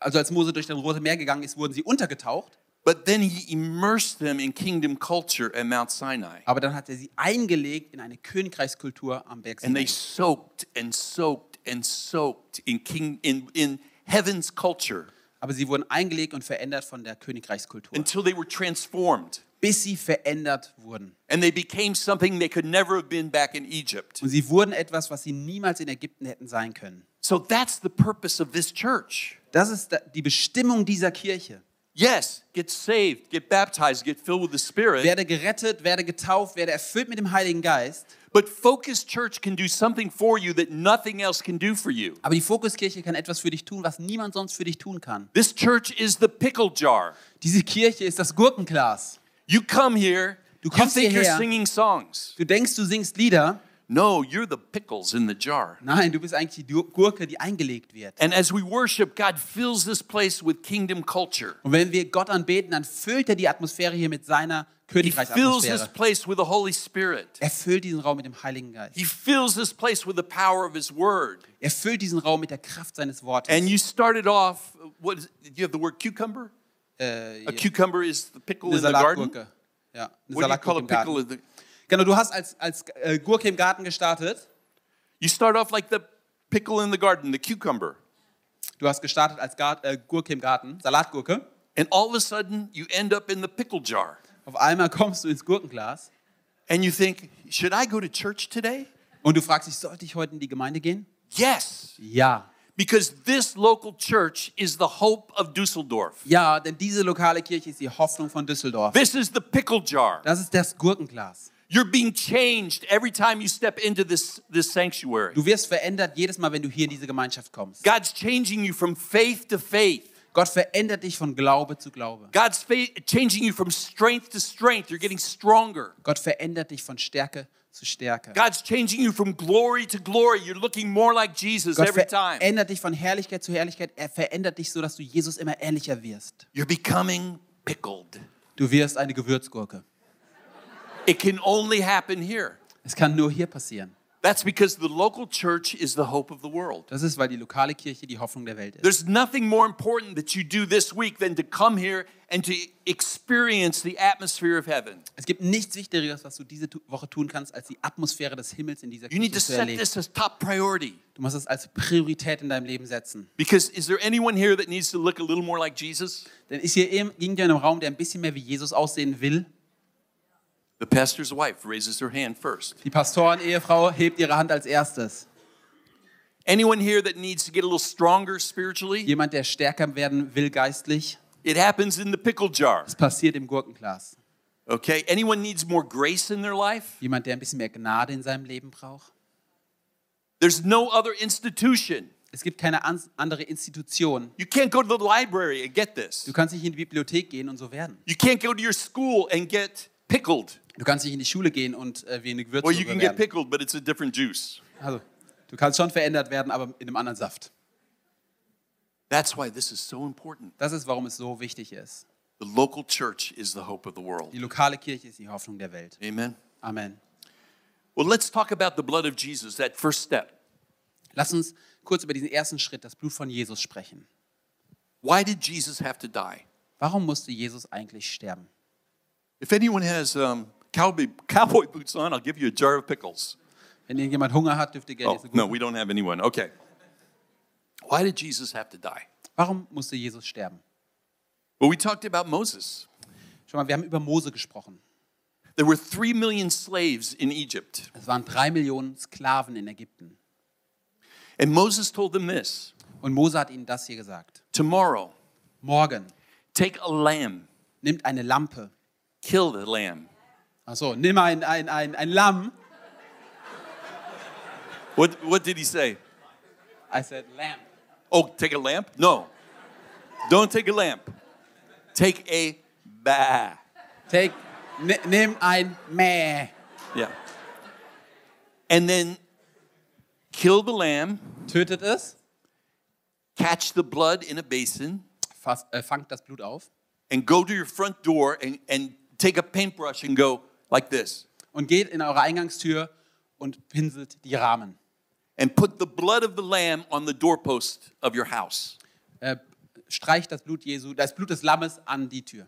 [SPEAKER 3] Also als Mose durch das Rote Meer gegangen ist, wurden sie untergetaucht.
[SPEAKER 2] but then he immersed them in kingdom culture at Mount Sinai.
[SPEAKER 3] Aber dann hat er sie eingelegt in eine Königreichskultur am Berg
[SPEAKER 2] And they
[SPEAKER 3] Sinai.
[SPEAKER 2] soaked and soaked and soaked in, king, in, in heaven's culture
[SPEAKER 3] Aber sie wurden eingelegt und verändert von der Königreichskultur.
[SPEAKER 2] until they were transformed.
[SPEAKER 3] Bis sie verändert wurden.
[SPEAKER 2] And they became something they could never have been back in Egypt.
[SPEAKER 3] Und sie wurden etwas, was sie niemals in Ägypten hätten sein können.
[SPEAKER 2] So that's the purpose of this church.
[SPEAKER 3] Das ist da- die Bestimmung dieser Kirche.
[SPEAKER 2] Yes, get saved, get baptized, get filled with the Spirit.
[SPEAKER 3] Werde gerettet, werde getauft, werde erfüllt mit dem Heiligen Geist.
[SPEAKER 2] But Focus Church can do something for you that nothing else can do for you.
[SPEAKER 3] Aber die Fokuskirche kann etwas für dich tun, was niemand sonst für dich tun kann.
[SPEAKER 2] This church is the pickle jar.
[SPEAKER 3] Diese Kirche ist das Gurkenglas.
[SPEAKER 2] You come here,
[SPEAKER 3] Du
[SPEAKER 2] you
[SPEAKER 3] kommst
[SPEAKER 2] think you're
[SPEAKER 3] hierher.
[SPEAKER 2] singing songs.
[SPEAKER 3] Du denkst, du singst Lieder.
[SPEAKER 2] No, you're the pickles in the jar.
[SPEAKER 3] Nein, du bist eigentlich die Dur- Gurke, die eingelegt wird.
[SPEAKER 2] And as we worship, God fills this place with kingdom culture.
[SPEAKER 3] Und wenn wir Gott anbeten, dann füllt er die Atmosphäre hier mit seiner
[SPEAKER 2] He fills this
[SPEAKER 3] Königreichsatmosphäre.
[SPEAKER 2] place with the Holy Spirit.
[SPEAKER 3] Er füllt diesen Raum mit dem Heiligen Geist.
[SPEAKER 2] He fills this place with the power of His Word.
[SPEAKER 3] Er füllt diesen Raum mit der Kraft seines Wortes.
[SPEAKER 2] And you started off, what is, do you have the word cucumber?
[SPEAKER 3] äh,
[SPEAKER 2] A cucumber is the pickle
[SPEAKER 3] eine
[SPEAKER 2] in the garden.
[SPEAKER 3] Salatgurke. Ja, eine
[SPEAKER 2] What do you call
[SPEAKER 3] Salatgurke
[SPEAKER 2] a
[SPEAKER 3] im
[SPEAKER 2] pickle?
[SPEAKER 3] Garten.
[SPEAKER 2] In the,
[SPEAKER 3] Genau, du hast als, als äh, Gurke im Garten gestartet.
[SPEAKER 2] you start off like the pickle in the garden, the cucumber.
[SPEAKER 3] Du hast gestartet als Gar äh, Gurke im Garten, Salatgurke.
[SPEAKER 2] And all of a sudden, you end up in the pickle jar.
[SPEAKER 3] Auf einmal kommst du ins Gurkenglas
[SPEAKER 2] And you think, should I go to church today?
[SPEAKER 3] und du fragst dich, sollte ich heute in die Gemeinde gehen?
[SPEAKER 2] Yes,
[SPEAKER 3] Ja.
[SPEAKER 2] because this local church is the hope of Dusseldorf.
[SPEAKER 3] Ja, denn diese lokale Kirche ist die Hoffnung von Düsseldorf.
[SPEAKER 2] This is the pickle jar.
[SPEAKER 3] Das ist das Gurkenglas.
[SPEAKER 2] You're being changed every time you step into this, this sanctuary.
[SPEAKER 3] Du wirst verändert jedes Mal, wenn du hier in diese Gemeinschaft kommst.
[SPEAKER 2] God's changing you from faith to faith.
[SPEAKER 3] Gott verändert dich von Glaube zu Glaube.
[SPEAKER 2] God's fa- changing you from strength to strength. You're getting stronger.
[SPEAKER 3] Gott verändert dich von Stärke zu Stärke.
[SPEAKER 2] God's changing you from glory to glory. You're looking more like Jesus
[SPEAKER 3] Gott
[SPEAKER 2] every time.
[SPEAKER 3] verändert dich von Herrlichkeit zu Herrlichkeit. Er verändert dich so, dass du Jesus immer ähnlicher wirst.
[SPEAKER 2] You're becoming pickled.
[SPEAKER 3] Du wirst eine Gewürzgurke.
[SPEAKER 2] It can only happen here.
[SPEAKER 3] Es kann nur hier passieren.
[SPEAKER 2] That's because the local church is the hope of the world.
[SPEAKER 3] Das ist, weil die lokale Kirche die Hoffnung der Welt ist.
[SPEAKER 2] There's nothing more important that you do this week than to come here and to experience the atmosphere of heaven.
[SPEAKER 3] Es gibt nichts Wichtigeres, was du diese tu- Woche tun kannst, als die Atmosphäre des Himmels in dieser
[SPEAKER 2] You need
[SPEAKER 3] Kirche
[SPEAKER 2] to
[SPEAKER 3] zu
[SPEAKER 2] set
[SPEAKER 3] erleben.
[SPEAKER 2] this as top priority.
[SPEAKER 3] Du musst es als Priorität in deinem Leben setzen.
[SPEAKER 2] Because is there anyone here that needs to look a little more like Jesus?
[SPEAKER 3] Denn ist hier eben irgendjemand im Raum, der ein bisschen mehr wie Jesus aussehen will?
[SPEAKER 2] The pastor's wife raises her hand first.
[SPEAKER 3] Die Pastoren-Ehefrau hebt ihre Hand als erstes.
[SPEAKER 2] Anyone here that needs to get a little stronger spiritually?
[SPEAKER 3] Jemand, der stärker werden will geistlich,
[SPEAKER 2] It happens in the pickle jar.
[SPEAKER 3] das passiert im Gurkenglas.
[SPEAKER 2] Okay? Anyone needs more grace in their life?
[SPEAKER 3] Jemand, der ein bisschen mehr Gnade in seinem Leben braucht.
[SPEAKER 2] There's no other institution.
[SPEAKER 3] Es gibt keine an andere Institution.
[SPEAKER 2] You can't go to the library and get this.
[SPEAKER 3] Du kannst nicht in die Bibliothek gehen und so werden.
[SPEAKER 2] You can't go to your school and get pickled.
[SPEAKER 3] Du kannst nicht in die Schule gehen und äh, wie
[SPEAKER 2] Well, you
[SPEAKER 3] eine Gewürzgurke
[SPEAKER 2] can get
[SPEAKER 3] werden.
[SPEAKER 2] pickled, but it's a different juice.
[SPEAKER 3] Also, du kannst schon verändert werden, aber in einem anderen Saft.
[SPEAKER 2] That's why this is so important.
[SPEAKER 3] Das ist, warum es so wichtig ist.
[SPEAKER 2] The local church is the hope of the world.
[SPEAKER 3] Die lokale Kirche ist die Hoffnung der Welt.
[SPEAKER 2] Amen.
[SPEAKER 3] Amen.
[SPEAKER 2] Well, let's talk about the blood of Jesus, that first step.
[SPEAKER 3] Lass uns kurz über diesen ersten Schritt, das Blut von Jesus sprechen.
[SPEAKER 2] Why did Jesus have to die?
[SPEAKER 3] Warum musste Jesus eigentlich sterben?
[SPEAKER 2] If anyone has um, cowboy, cowboy boots on, I'll give you a jar of pickles.
[SPEAKER 3] Wenn jemand Hunger hat, dürft ihr gerne
[SPEAKER 2] Oh,
[SPEAKER 3] diese
[SPEAKER 2] no,
[SPEAKER 3] guten.
[SPEAKER 2] we don't have anyone. Okay. Why did Jesus have to die?
[SPEAKER 3] Warum musste Jesus sterben?
[SPEAKER 2] Well, we talked about Moses.
[SPEAKER 3] Schau mal, wir haben über Mose gesprochen.
[SPEAKER 2] There were three million slaves in Egypt,
[SPEAKER 3] Es waren drei Millionen Sklaven in Ägypten.
[SPEAKER 2] and Moses told them this
[SPEAKER 3] Und Mose hat ihnen das hier gesagt.
[SPEAKER 2] Tomorrow,
[SPEAKER 3] Morgen,
[SPEAKER 2] take a lamb,
[SPEAKER 3] nimmt eine Lampe.
[SPEAKER 2] kill the lamb.
[SPEAKER 3] Achso, nimm ein, ein, ein, ein Lamm.
[SPEAKER 2] What, what did he say?
[SPEAKER 3] I said lamb.
[SPEAKER 2] Oh, take a lamp? No. Don't take a lamp. Take a ba.
[SPEAKER 3] Take, ni- nimm ein Mäh.
[SPEAKER 2] Yeah. And then kill the lamb,
[SPEAKER 3] Tötet es,
[SPEAKER 2] catch the blood in a basin,
[SPEAKER 3] fass, äh, fangt das Blut auf
[SPEAKER 2] and go to your front door and, and take a paintbrush and go like this.
[SPEAKER 3] und geht in eure Eingangstür und pinselt die Rahmen.
[SPEAKER 2] And put the blood of the lamb on the doorpost of your house.
[SPEAKER 3] Äh, streicht das Blut Jesu, das Blut des Lammes an die Tür.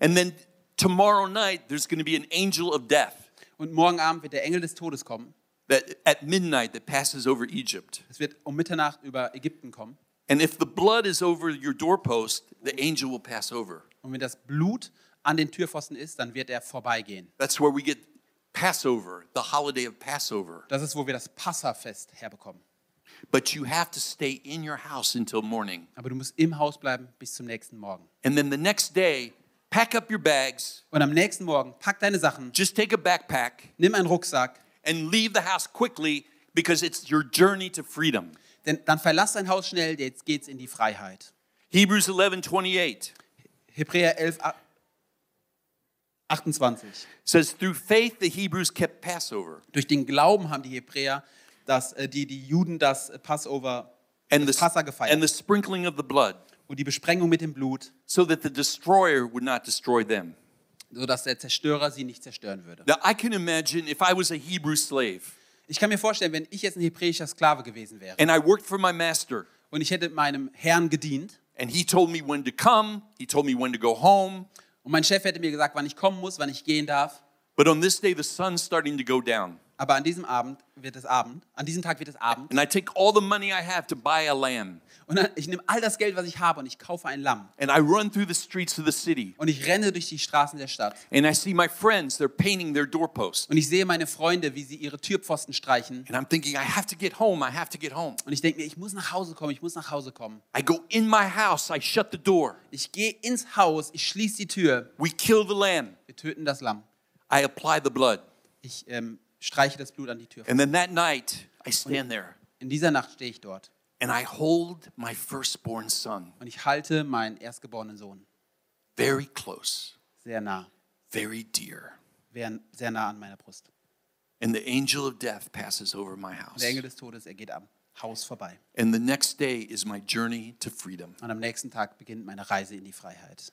[SPEAKER 2] And then tomorrow night, there's going to be an angel of death
[SPEAKER 3] Und morgen Abend wird der Engel des Todes kommen.
[SPEAKER 2] that at midnight that passes over Egypt.
[SPEAKER 3] Es wird um Mitternacht über Ägypten kommen.
[SPEAKER 2] And if the blood is over your doorpost, the angel will pass over.
[SPEAKER 3] Und wenn das Blut an den Türpfosten ist, dann wird er vorbeigehen.
[SPEAKER 2] That's where we get Passover, the holiday of Passover.
[SPEAKER 3] Das ist, wo wir das Passafest herbekommen.
[SPEAKER 2] But you have to stay in your house until morning.
[SPEAKER 3] Aber du musst im Haus bleiben bis zum nächsten Morgen.
[SPEAKER 2] And then the next day, pack up your bags,
[SPEAKER 3] Und am nächsten Morgen pack deine Sachen,
[SPEAKER 2] just take a backpack,
[SPEAKER 3] nimm einen Rucksack,
[SPEAKER 2] and leave the house quickly because it's your journey to freedom.
[SPEAKER 3] denn dann verlass dein Haus schnell, jetzt geht's in die Freiheit.
[SPEAKER 2] Hebrews 11 28
[SPEAKER 3] Hebräer 11, a- 28.
[SPEAKER 2] says, Through faith, the Hebrews kept Passover.
[SPEAKER 3] Durch den Glauben haben die Hebräer, dass äh, die, die Juden das äh, Passover
[SPEAKER 2] and
[SPEAKER 3] das Passa
[SPEAKER 2] the,
[SPEAKER 3] gefeiert
[SPEAKER 2] and the sprinkling of the blood,
[SPEAKER 3] und die Besprengung mit dem Blut,
[SPEAKER 2] so that the destroyer would not destroy them.
[SPEAKER 3] sodass der Zerstörer sie nicht zerstören würde.
[SPEAKER 2] Now, I can imagine if I was a Hebrew slave
[SPEAKER 3] Ich kann mir vorstellen, wenn ich jetzt ein hebräischer Sklave gewesen wäre
[SPEAKER 2] and I worked for my master,
[SPEAKER 3] und ich hätte meinem Herrn gedient
[SPEAKER 2] and he told me when to come, he told me when to go home,
[SPEAKER 3] und mein Chef hätte mir gesagt, wann ich kommen muss, wann ich gehen darf,
[SPEAKER 2] but on this day the sun's starting to go down,
[SPEAKER 3] aber an diesem Abend wird es Abend, an diesem Tag wird es Abend
[SPEAKER 2] and I take all the money I have to buy a lamb,
[SPEAKER 3] und dann, ich nehme all das Geld, was ich habe und ich kaufe ein Lamm
[SPEAKER 2] and I run through the streets of the city,
[SPEAKER 3] und ich renne durch die Straßen der Stadt
[SPEAKER 2] and I see my friends, they're painting their doorposts,
[SPEAKER 3] und ich sehe meine Freunde, wie sie ihre Türpfosten streichen
[SPEAKER 2] and I'm thinking, I have to get home, I have to get home.
[SPEAKER 3] Und ich denke mir, ich muss nach Hause kommen, ich muss nach Hause kommen.
[SPEAKER 2] I go in my house, I shut the door,
[SPEAKER 3] Ich gehe ins Haus, ich schließe die Tür.
[SPEAKER 2] we kill the lamb,
[SPEAKER 3] Wir töten das Lamm.
[SPEAKER 2] I apply the blood.
[SPEAKER 3] Ich ähm, streiche das Blut an die Tür.
[SPEAKER 2] And then that night, I stand there
[SPEAKER 3] In dieser Nacht stehe ich dort
[SPEAKER 2] and I hold my firstborn son
[SPEAKER 3] und ich halte meinen erstgeborenen Sohn
[SPEAKER 2] very close,
[SPEAKER 3] sehr nah,
[SPEAKER 2] very dear.
[SPEAKER 3] wär- sehr nah an meiner Brust.
[SPEAKER 2] And the angel of death passes over my house.
[SPEAKER 3] Der Engel des Todes, er geht am Haus vorbei.
[SPEAKER 2] And the next day is my journey to freedom.
[SPEAKER 3] Und am nächsten Tag beginnt meine Reise in die Freiheit.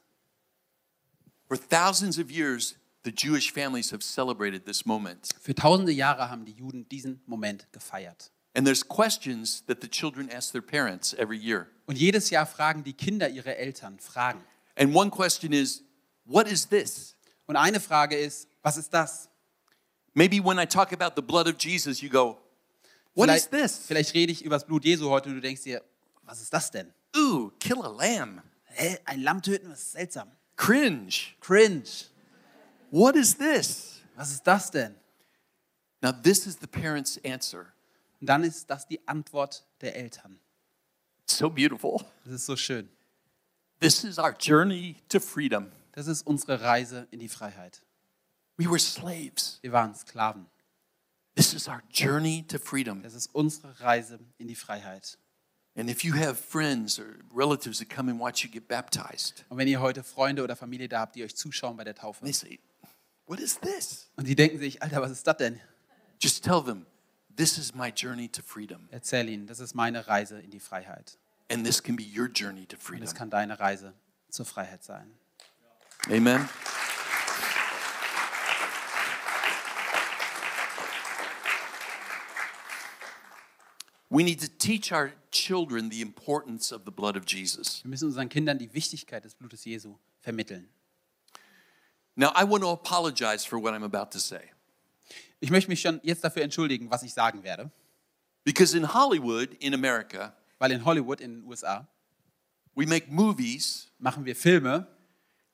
[SPEAKER 2] For thousands of years, the Jewish families have celebrated this moment.
[SPEAKER 3] Für tausende Jahre haben die Juden diesen Moment gefeiert.
[SPEAKER 2] And there's questions that the children ask their parents every year.
[SPEAKER 3] Und jedes Jahr fragen die Kinder ihre Eltern Fragen.
[SPEAKER 2] And one question is, what is this?
[SPEAKER 3] Und eine Frage ist, was ist das?
[SPEAKER 2] Maybe when I talk about the blood of Jesus, you go, what is
[SPEAKER 3] vielleicht,
[SPEAKER 2] this?
[SPEAKER 3] Vielleicht rede ich über das Blut Jesu heute und du denkst dir, was ist das denn?
[SPEAKER 2] Ooh, kill a lamb.
[SPEAKER 3] Hä, ein Lamm töten, was ist seltsam.
[SPEAKER 2] Cringe.
[SPEAKER 3] Cringe.
[SPEAKER 2] What is this?
[SPEAKER 3] Was ist das denn?
[SPEAKER 2] Now, this is the parents' answer.
[SPEAKER 3] Und dann ist das die Antwort der Eltern.
[SPEAKER 2] So beautiful.
[SPEAKER 3] Das ist so schön.
[SPEAKER 2] This is our journey to freedom.
[SPEAKER 3] Das ist unsere Reise in die Freiheit.
[SPEAKER 2] We were slaves.
[SPEAKER 3] Wir waren Sklaven.
[SPEAKER 2] This is our journey to freedom.
[SPEAKER 3] Das ist unsere Reise in die Freiheit.
[SPEAKER 2] And if you have friends or relatives that come and watch you get baptized,
[SPEAKER 3] Und wenn ihr heute Freunde oder Familie da habt, die euch zuschauen bei der Taufe
[SPEAKER 2] they say, What is this?
[SPEAKER 3] und die denken sich, Alter, was ist das denn?
[SPEAKER 2] Just tell them, This is my journey to freedom.
[SPEAKER 3] Erzähl ihnen, das ist meine Reise in die Freiheit.
[SPEAKER 2] And this can be your journey to
[SPEAKER 3] Und
[SPEAKER 2] freedom.
[SPEAKER 3] das kann deine Reise zur Freiheit sein.
[SPEAKER 2] Amen. We need to teach our children the importance of the blood of Jesus.
[SPEAKER 3] Wir müssen unseren Kindern die Wichtigkeit des Blutes Jesu vermitteln.
[SPEAKER 2] Now, I want to apologize for what I'm about to say.
[SPEAKER 3] Ich möchte mich schon jetzt dafür entschuldigen, was ich sagen werde,
[SPEAKER 2] Because in Hollywood, in America,
[SPEAKER 3] weil in Hollywood, in den USA,
[SPEAKER 2] we make movies
[SPEAKER 3] machen wir Filme,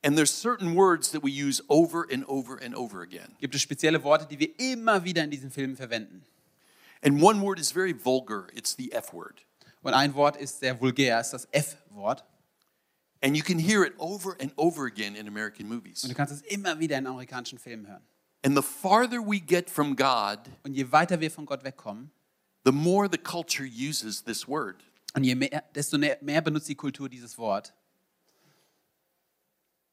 [SPEAKER 2] and there's certain words that we use over and over and over again.
[SPEAKER 3] gibt es spezielle Worte, die wir immer wieder in diesen Filmen verwenden.
[SPEAKER 2] And one word is very vulgar, it's the F word.
[SPEAKER 3] Und ein Wort ist sehr vulgär, ist das F-Wort.
[SPEAKER 2] And you can hear it over and over again in American
[SPEAKER 3] Und
[SPEAKER 2] movies.
[SPEAKER 3] du kannst es immer wieder in amerikanischen Filmen hören.
[SPEAKER 2] And the farther we get from God,
[SPEAKER 3] Und je weiter wir von Gott wegkommen,
[SPEAKER 2] the more the culture uses this word.
[SPEAKER 3] und je mehr, desto näher- mehr benutzt die Kultur dieses Wort.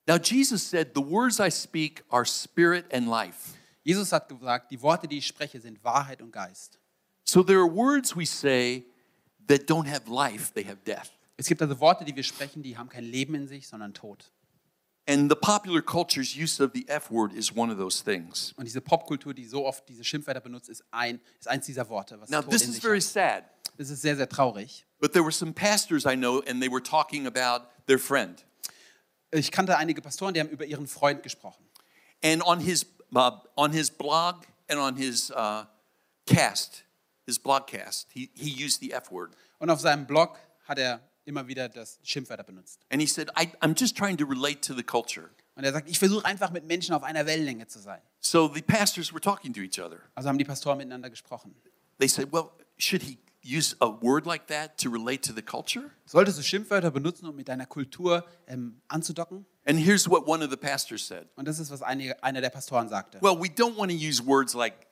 [SPEAKER 2] Now, Jesus said, The words I speak are spirit and life.
[SPEAKER 3] Jesus hat gesagt, die Worte, die ich spreche, sind Wahrheit und Geist.
[SPEAKER 2] So there are words we say that don't have life, they have death.
[SPEAKER 3] Es gibt also Worte, die wir sprechen, die haben kein Leben in sich, sondern Tod.
[SPEAKER 2] And the popular culture's use of the F word is one of those things.
[SPEAKER 3] Und diese Popkultur, die so oft diese Schimpfwörter benutzt, ist, ein, ist eins dieser Worte, was
[SPEAKER 2] Now,
[SPEAKER 3] Tod in
[SPEAKER 2] this is
[SPEAKER 3] sich
[SPEAKER 2] very
[SPEAKER 3] hat.
[SPEAKER 2] sad,
[SPEAKER 3] Das ist sehr, sehr traurig.
[SPEAKER 2] but there were some pastors I know, and they were talking about their friend.
[SPEAKER 3] Ich kannte einige Pastoren, die haben über ihren Freund gesprochen.
[SPEAKER 2] And on his, uh, on his blog and on his uh, cast, his blogcast, he, he used the F word.
[SPEAKER 3] Und auf seinem Blog hat er immer wieder das Schimpfwörter benutzt.
[SPEAKER 2] And he said, I, I'm just trying to relate to the culture.
[SPEAKER 3] Und er sagt, ich versuche einfach mit Menschen auf einer Wellenlänge zu sein.
[SPEAKER 2] So the pastors were talking to each other.
[SPEAKER 3] Also haben die Pastoren miteinander gesprochen.
[SPEAKER 2] They said, Well, should he use a word like that to relate to the culture?
[SPEAKER 3] Solltest du Schimpfwörter benutzen, um mit deiner Kultur ähm, anzudocken?
[SPEAKER 2] And here's what one of the pastors said
[SPEAKER 3] Und das ist, was einige, einer der Pastoren sagte.
[SPEAKER 2] Well, we don't want to use words like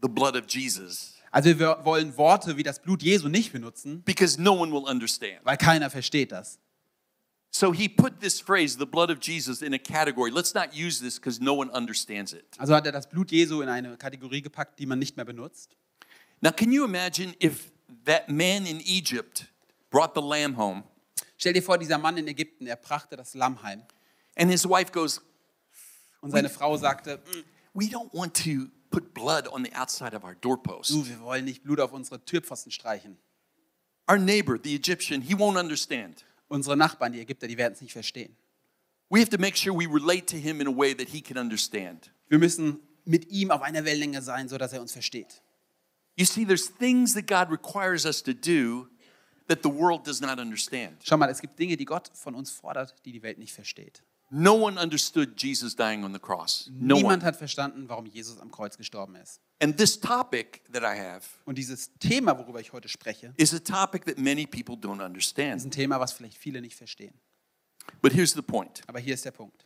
[SPEAKER 2] the blood of Jesus
[SPEAKER 3] Also wir wollen Worte wie das Blut Jesu nicht benutzen,
[SPEAKER 2] because no one will understand.
[SPEAKER 3] weil keiner versteht das.
[SPEAKER 2] So he put this phrase, the blood of Jesus, in a category. Let's not use this because no one understands it.
[SPEAKER 3] Also hat er das Blut Jesu in eine Kategorie gepackt, die man nicht mehr benutzt.
[SPEAKER 2] Now, can you imagine if that man in Egypt brought the lamb home
[SPEAKER 3] Stell dir vor, dieser Mann in Ägypten, er brachte das Lamm heim.
[SPEAKER 2] and his wife goes,
[SPEAKER 3] Und seine Frau sagte, "Mm,
[SPEAKER 2] We don't want to put blood on the outside of our doorpost.
[SPEAKER 3] du, wir wollen nicht Blut auf unsere Türpfosten streichen.
[SPEAKER 2] Our neighbor, the Egyptian, he won't understand.
[SPEAKER 3] Unsere Nachbarn, die Ägypter, die werden es nicht verstehen.
[SPEAKER 2] We have to make sure we relate to him in a way that he can understand.
[SPEAKER 3] Wir müssen mit ihm auf einer Wellenlänge sein, sodass er uns versteht.
[SPEAKER 2] You see, there's things that God requires us to do that the world does not understand.
[SPEAKER 3] Schau mal, es gibt Dinge, die Gott von uns fordert, die die Welt nicht versteht.
[SPEAKER 2] No one understood Jesus dying on the cross. No
[SPEAKER 3] Niemand
[SPEAKER 2] one.
[SPEAKER 3] hat verstanden, warum Jesus am Kreuz gestorben ist.
[SPEAKER 2] And this topic that I have
[SPEAKER 3] Und dieses Thema, worüber ich heute spreche,
[SPEAKER 2] is a topic that many people don't
[SPEAKER 3] ist ein
[SPEAKER 2] understand.
[SPEAKER 3] Thema, was vielleicht viele nicht verstehen.
[SPEAKER 2] But here's the point
[SPEAKER 3] Aber hier ist der Punkt.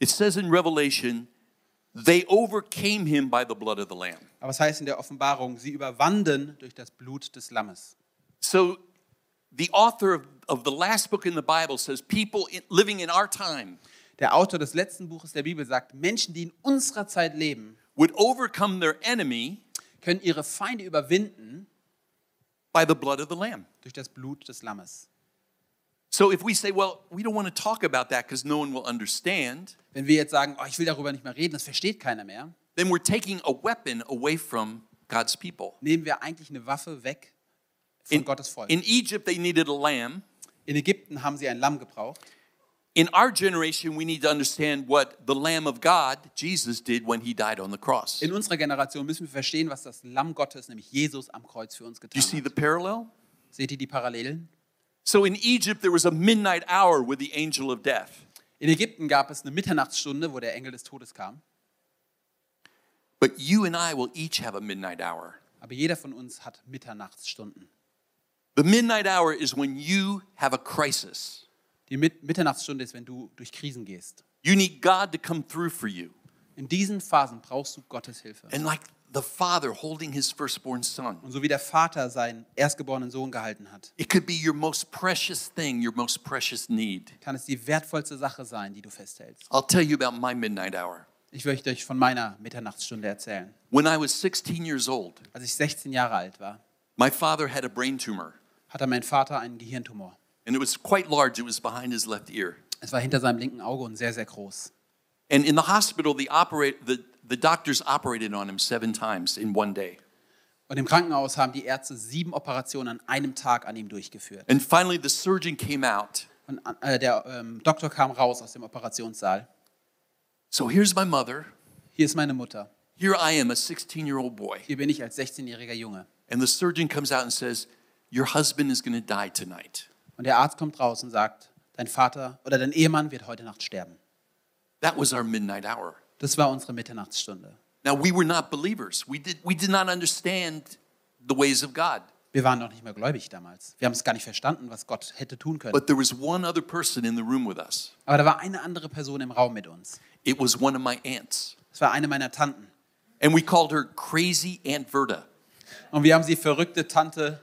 [SPEAKER 2] it says in Revelation, they overcame him by the blood of the Lamb.
[SPEAKER 3] Aber es heißt in der Offenbarung, sie überwanden durch das Blut des Lammes.
[SPEAKER 2] So the author of, of the last book in the Bible says, people in, living in our time
[SPEAKER 3] Der Autor des letzten Buches der Bibel sagt, Menschen, die in unserer Zeit leben,
[SPEAKER 2] would overcome their enemy
[SPEAKER 3] können ihre Feinde überwinden
[SPEAKER 2] by the blood of the Lamb.
[SPEAKER 3] durch das Blut des Lammes.
[SPEAKER 2] So if we say, well, we don't want to talk about that because no one will understand,
[SPEAKER 3] Wenn wir jetzt sagen, oh, ich will darüber nicht mehr reden, das versteht keiner mehr,
[SPEAKER 2] then we're taking a weapon away from God's people.
[SPEAKER 3] nehmen wir eigentlich eine Waffe weg von Gottes Volk.
[SPEAKER 2] in Egypt, they needed a lamb.
[SPEAKER 3] in Ägypten haben sie ein Lamm gebraucht.
[SPEAKER 2] In our generation, we need to understand what the Lamb of God, Jesus, did when he died on the cross.
[SPEAKER 3] In
[SPEAKER 2] Do
[SPEAKER 3] unserer Generation müssen wir verstehen, was das Lamm Gottes, nämlich Jesus, am Kreuz für uns getan
[SPEAKER 2] you see
[SPEAKER 3] hat.
[SPEAKER 2] the parallel?
[SPEAKER 3] Seht ihr die Parallelen?
[SPEAKER 2] So in Egypt, there was a midnight hour with the angel of death.
[SPEAKER 3] In Ägypten gab es eine Mitternachtsstunde, wo der Engel des Todes kam.
[SPEAKER 2] But you and I will each have a midnight hour.
[SPEAKER 3] Aber jeder von uns hat Mitternachtsstunden.
[SPEAKER 2] The midnight hour is when you have a crisis.
[SPEAKER 3] Die Mit Mitternachtsstunde ist, wenn du durch Krisen gehst.
[SPEAKER 2] You need God to come through for you.
[SPEAKER 3] In diesen Phasen brauchst du Gottes Hilfe.
[SPEAKER 2] And like the father holding his firstborn son,
[SPEAKER 3] Und so wie der Vater seinen erstgeborenen Sohn gehalten hat,
[SPEAKER 2] it could be your most precious thing, your most precious need.
[SPEAKER 3] kann es die wertvollste Sache sein, die du festhältst.
[SPEAKER 2] I'll tell you about my midnight hour.
[SPEAKER 3] Ich möchte euch von meiner Mitternachtsstunde erzählen.
[SPEAKER 2] When I was 16 years old,
[SPEAKER 3] Als ich 16 Jahre alt war,
[SPEAKER 2] my father had a brain tumor,
[SPEAKER 3] hatte mein Vater einen Gehirntumor.
[SPEAKER 2] and it was quite large. It was behind his left ear.
[SPEAKER 3] Es war hinter seinem linken Auge und sehr, sehr groß.
[SPEAKER 2] And in the hospital, the, operate, the, the doctors operated on him seven times in one day.
[SPEAKER 3] Und im Krankenhaus haben die Ärzte sieben Operationen an einem Tag an ihm durchgeführt.
[SPEAKER 2] And finally, the surgeon came out.
[SPEAKER 3] Und äh, der ähm, Doktor kam raus aus dem Operationssaal.
[SPEAKER 2] So here's my mother.
[SPEAKER 3] Hier ist meine Mutter.
[SPEAKER 2] Here I am, a 16 year old boy.
[SPEAKER 3] Hier bin ich als 16-jähriger Junge.
[SPEAKER 2] And the surgeon comes out and says, Your husband is going to die tonight.
[SPEAKER 3] Und der Arzt kommt raus und sagt, dein Vater oder dein Ehemann wird heute Nacht sterben.
[SPEAKER 2] That was our midnight hour.
[SPEAKER 3] Das war unsere Mitternachtsstunde.
[SPEAKER 2] Now, we were not believers. We did, we did not understand the ways of God.
[SPEAKER 3] Wir waren noch nicht mehr gläubig damals. Wir haben es gar nicht verstanden, was Gott hätte tun können.
[SPEAKER 2] But there was one other person in the room with us.
[SPEAKER 3] Aber da war eine andere Person im Raum mit uns.
[SPEAKER 2] It was one of my aunts.
[SPEAKER 3] Es war eine meiner Tanten.
[SPEAKER 2] And we called her Crazy Aunt Verda.
[SPEAKER 3] Und wir haben sie verrückte Tante.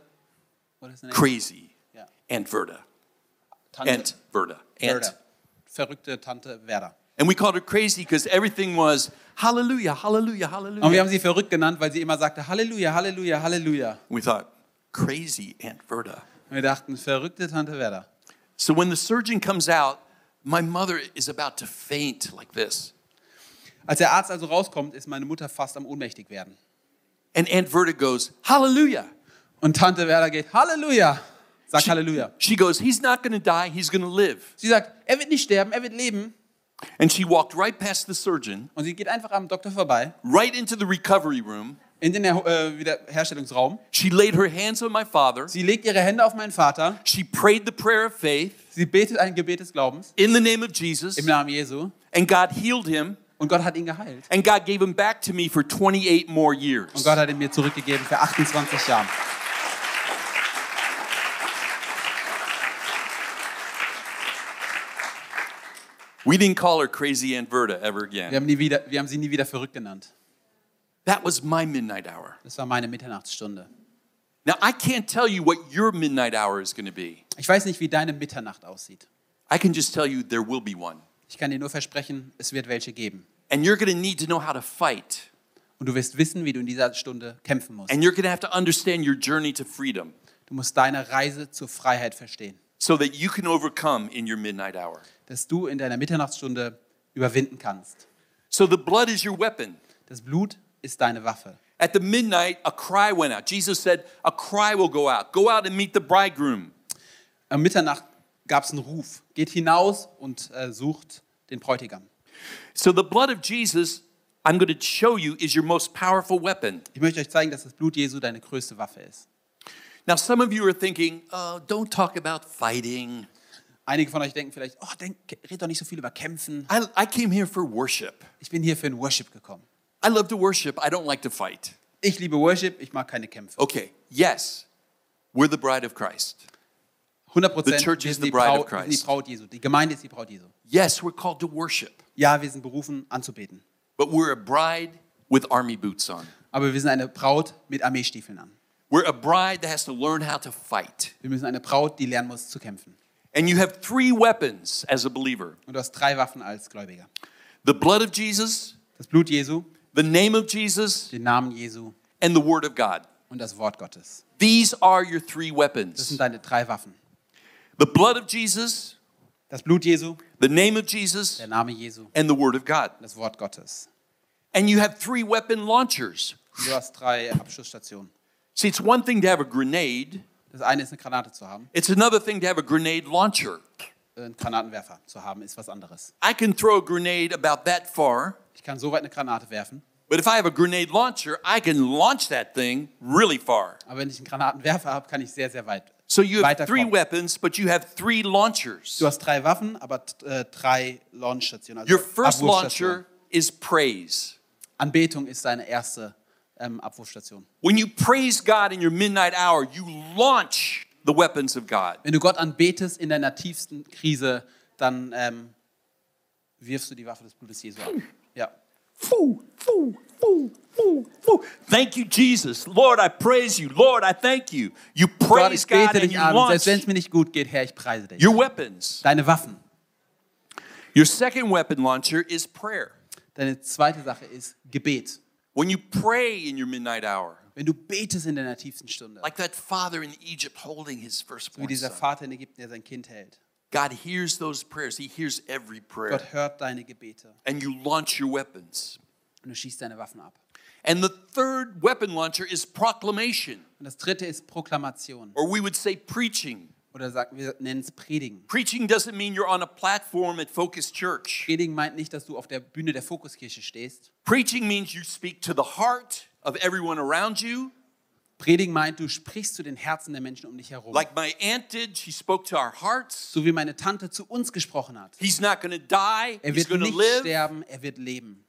[SPEAKER 3] What is the name?
[SPEAKER 2] Crazy
[SPEAKER 3] Ja.
[SPEAKER 2] Aunt Verda.
[SPEAKER 3] Tante
[SPEAKER 2] Aunt Verda. Aunt.
[SPEAKER 3] Werder. Verrückte Tante Werder.
[SPEAKER 2] And we called her crazy because everything was hallelujah, hallelujah, hallelujah.
[SPEAKER 3] Und wir haben sie verrückt genannt, weil sie immer sagte Halleluja, Halleluja, Halleluja.
[SPEAKER 2] We thought, crazy Aunt Verda.
[SPEAKER 3] Und wir dachten, verrückte Tante Werder.
[SPEAKER 2] So when the surgeon comes out, my mother is about to faint like this.
[SPEAKER 3] Als der Arzt also rauskommt, ist meine Mutter fast am ohnmächtig werden.
[SPEAKER 2] And Aunt Verda goes, hallelujah.
[SPEAKER 3] Und Tante Werder geht Halleluja, sagt Halleluja.
[SPEAKER 2] She goes, he's not going to die, he's going to live.
[SPEAKER 3] Sie sagt, er wird nicht sterben, er wird leben.
[SPEAKER 2] And she walked right past the surgeon,
[SPEAKER 3] Und sie geht einfach am Doktor vorbei,
[SPEAKER 2] right into the recovery room.
[SPEAKER 3] in den Erho- äh, Wiederherstellungsraum.
[SPEAKER 2] She laid her hands on my father.
[SPEAKER 3] Sie legt ihre Hände auf meinen Vater.
[SPEAKER 2] She prayed the prayer of faith
[SPEAKER 3] Sie betet ein Gebet des Glaubens
[SPEAKER 2] in the name of Jesus.
[SPEAKER 3] im Namen Jesu.
[SPEAKER 2] And God healed him.
[SPEAKER 3] Und Gott hat ihn geheilt.
[SPEAKER 2] And God gave him back to me for 28 more years.
[SPEAKER 3] Und Gott hat ihn mir zurückgegeben für 28 Jahre.
[SPEAKER 2] We didn't call her Crazy Aunt Verda ever
[SPEAKER 3] Wir
[SPEAKER 2] again.
[SPEAKER 3] haben, nie wieder, wir haben sie nie wieder verrückt genannt.
[SPEAKER 2] That was my midnight hour.
[SPEAKER 3] Das war meine Mitternachtsstunde.
[SPEAKER 2] Now, I can't tell you what your midnight hour is going to be.
[SPEAKER 3] Ich weiß nicht, wie deine Mitternacht aussieht.
[SPEAKER 2] I can just tell you there will be one.
[SPEAKER 3] Ich kann dir nur versprechen, es wird welche geben.
[SPEAKER 2] And you're going to need to know how to fight.
[SPEAKER 3] Und du wirst wissen, wie du in dieser Stunde kämpfen musst.
[SPEAKER 2] And you're going to have to understand your journey to freedom
[SPEAKER 3] Du musst deine Reise zur Freiheit verstehen,
[SPEAKER 2] so that you can overcome in your midnight hour.
[SPEAKER 3] dass du in deiner Mitternachtsstunde überwinden kannst.
[SPEAKER 2] So the blood is your weapon.
[SPEAKER 3] Das Blut ist deine Waffe.
[SPEAKER 2] At the midnight, a cry went out. Jesus said, A cry will go out. Go out and meet the bridegroom.
[SPEAKER 3] Am Mitternacht gab es einen Ruf. Geht hinaus und äh, sucht den Bräutigam.
[SPEAKER 2] So the blood of Jesus, I'm going to show you, is your most powerful weapon.
[SPEAKER 3] Ich möchte euch zeigen, dass das Blut Jesu deine größte Waffe ist.
[SPEAKER 2] Now, some of you are thinking, oh, don't talk about fighting.
[SPEAKER 3] Einige von euch denken vielleicht, oh, denk, red doch nicht so viel über Kämpfen.
[SPEAKER 2] I, I came here for worship.
[SPEAKER 3] Ich bin hier für ein Worship gekommen.
[SPEAKER 2] I love to worship. I don't like to fight.
[SPEAKER 3] Ich liebe Worship, ich mag keine Kämpfe.
[SPEAKER 2] Okay, yes, we're the bride of Christ.
[SPEAKER 3] 100 Prozent.
[SPEAKER 2] The church is the
[SPEAKER 3] die
[SPEAKER 2] bride of
[SPEAKER 3] Braut, wir sind die
[SPEAKER 2] Christ.
[SPEAKER 3] Braut Jesu. Die Gemeinde ist die Braut Jesu.
[SPEAKER 2] Yes, we're called to worship,
[SPEAKER 3] Ja, wir sind berufen, anzubeten.
[SPEAKER 2] but we're a bride with army boots on.
[SPEAKER 3] Aber wir sind eine Braut mit Armeestiefeln an.
[SPEAKER 2] We're a bride that has to learn how to fight.
[SPEAKER 3] Wir müssen eine Braut, die lernen muss zu kämpfen.
[SPEAKER 2] And you have three weapons as a believer
[SPEAKER 3] Und du hast drei Waffen als Gläubiger.
[SPEAKER 2] the blood of Jesus,
[SPEAKER 3] Das Blut Jesu,
[SPEAKER 2] the name of Jesus,
[SPEAKER 3] den Namen Jesu
[SPEAKER 2] and the word of God.
[SPEAKER 3] und das Wort Gottes.
[SPEAKER 2] These are your three
[SPEAKER 3] Das sind
[SPEAKER 2] weapons
[SPEAKER 3] deine drei Waffen.
[SPEAKER 2] the blood of Jesus,
[SPEAKER 3] Das Blut Jesu,
[SPEAKER 2] the name of Jesus,
[SPEAKER 3] der Name Jesu und
[SPEAKER 2] and the word of God.
[SPEAKER 3] das Wort Gottes.
[SPEAKER 2] And you have three weapon launchers.
[SPEAKER 3] Und du hast drei Abschussstationen.
[SPEAKER 2] See, it's one thing to have a grenade,
[SPEAKER 3] Das eine ist eine Granate zu haben,
[SPEAKER 2] it's another thing to have a grenade launcher.
[SPEAKER 3] äh, einen Granatenwerfer zu haben, ist was anderes.
[SPEAKER 2] I can throw a grenade about that far,
[SPEAKER 3] Ich kann so weit eine Granate werfen,
[SPEAKER 2] but if I have a grenade launcher, I can launch that thing really far.
[SPEAKER 3] aber wenn ich einen Granatenwerfer habe, kann ich sehr, sehr weit.
[SPEAKER 2] So you have
[SPEAKER 3] Weiterkommen.
[SPEAKER 2] three weapons, but you have three launchers.
[SPEAKER 3] Du hast drei Waffen, aber t- äh, drei Launchstationen. Also
[SPEAKER 2] Your first
[SPEAKER 3] Abwurfstationen.
[SPEAKER 2] launcher is praise.
[SPEAKER 3] Anbetung ist deine erste ähm, Abwurfstation.
[SPEAKER 2] When you praise God in your midnight hour, you launch the weapons of God.
[SPEAKER 3] Wenn du Gott anbetest in deiner tiefsten Krise, dann ähm, wirfst du die Waffe des Blutes Jesu
[SPEAKER 2] Hmm.
[SPEAKER 3] ab. Ja.
[SPEAKER 2] Foo, foo, foo, foo, foo. Thank you, Jesus. Lord, I praise you. Lord, I thank you. You
[SPEAKER 3] Gott,
[SPEAKER 2] praise
[SPEAKER 3] ich
[SPEAKER 2] God
[SPEAKER 3] bete
[SPEAKER 2] and
[SPEAKER 3] dich
[SPEAKER 2] you
[SPEAKER 3] an. und
[SPEAKER 2] launch
[SPEAKER 3] Selbst wenn es mir nicht gut geht, Herr, ich preise dich.
[SPEAKER 2] your weapons.
[SPEAKER 3] Deine Waffen.
[SPEAKER 2] Your second weapon launcher is prayer.
[SPEAKER 3] Deine zweite Sache ist Gebet.
[SPEAKER 2] When you pray in your midnight hour,
[SPEAKER 3] Wenn du betest in deiner tiefsten Stunde,
[SPEAKER 2] like that father in Egypt holding his
[SPEAKER 3] wie
[SPEAKER 2] firstborn
[SPEAKER 3] dieser
[SPEAKER 2] son,
[SPEAKER 3] Vater in Ägypten, der sein Kind hält.
[SPEAKER 2] God hears those prayers. He hears every prayer.
[SPEAKER 3] Gott hört deine Gebete
[SPEAKER 2] And you launch your weapons.
[SPEAKER 3] und du schießt deine Waffen ab.
[SPEAKER 2] And the third weapon launcher is proclamation,
[SPEAKER 3] Und das dritte ist Proklamation.
[SPEAKER 2] or we would say preaching.
[SPEAKER 3] Oder sagt, wir nennen es Predigen.
[SPEAKER 2] Preaching doesn't mean you're on a platform at Focus Church.
[SPEAKER 3] Predigen meint nicht, dass du auf der Bühne der Fokuskirche stehst.
[SPEAKER 2] Preaching means you speak to the heart of everyone around you.
[SPEAKER 3] Predigen meint, du sprichst zu den Herzen der Menschen um dich herum.
[SPEAKER 2] Like my aunt did, she spoke to our hearts.
[SPEAKER 3] so wie meine Tante zu uns gesprochen hat.
[SPEAKER 2] He's not going to die,
[SPEAKER 3] Er
[SPEAKER 2] he's
[SPEAKER 3] wird
[SPEAKER 2] going to
[SPEAKER 3] nicht
[SPEAKER 2] live.
[SPEAKER 3] sterben, er wird leben.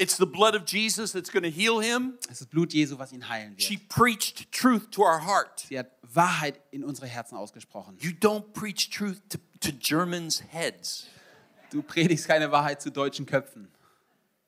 [SPEAKER 2] It's the blood of Jesus that's going to heal him.
[SPEAKER 3] Es ist Blut Jesu, was ihn heilen
[SPEAKER 2] She
[SPEAKER 3] wird.
[SPEAKER 2] preached truth to our heart.
[SPEAKER 3] Sie hat Wahrheit in unsere Herzen ausgesprochen.
[SPEAKER 2] You don't preach truth to, to Germans' heads.
[SPEAKER 3] Du predigst keine Wahrheit zu deutschen Köpfen.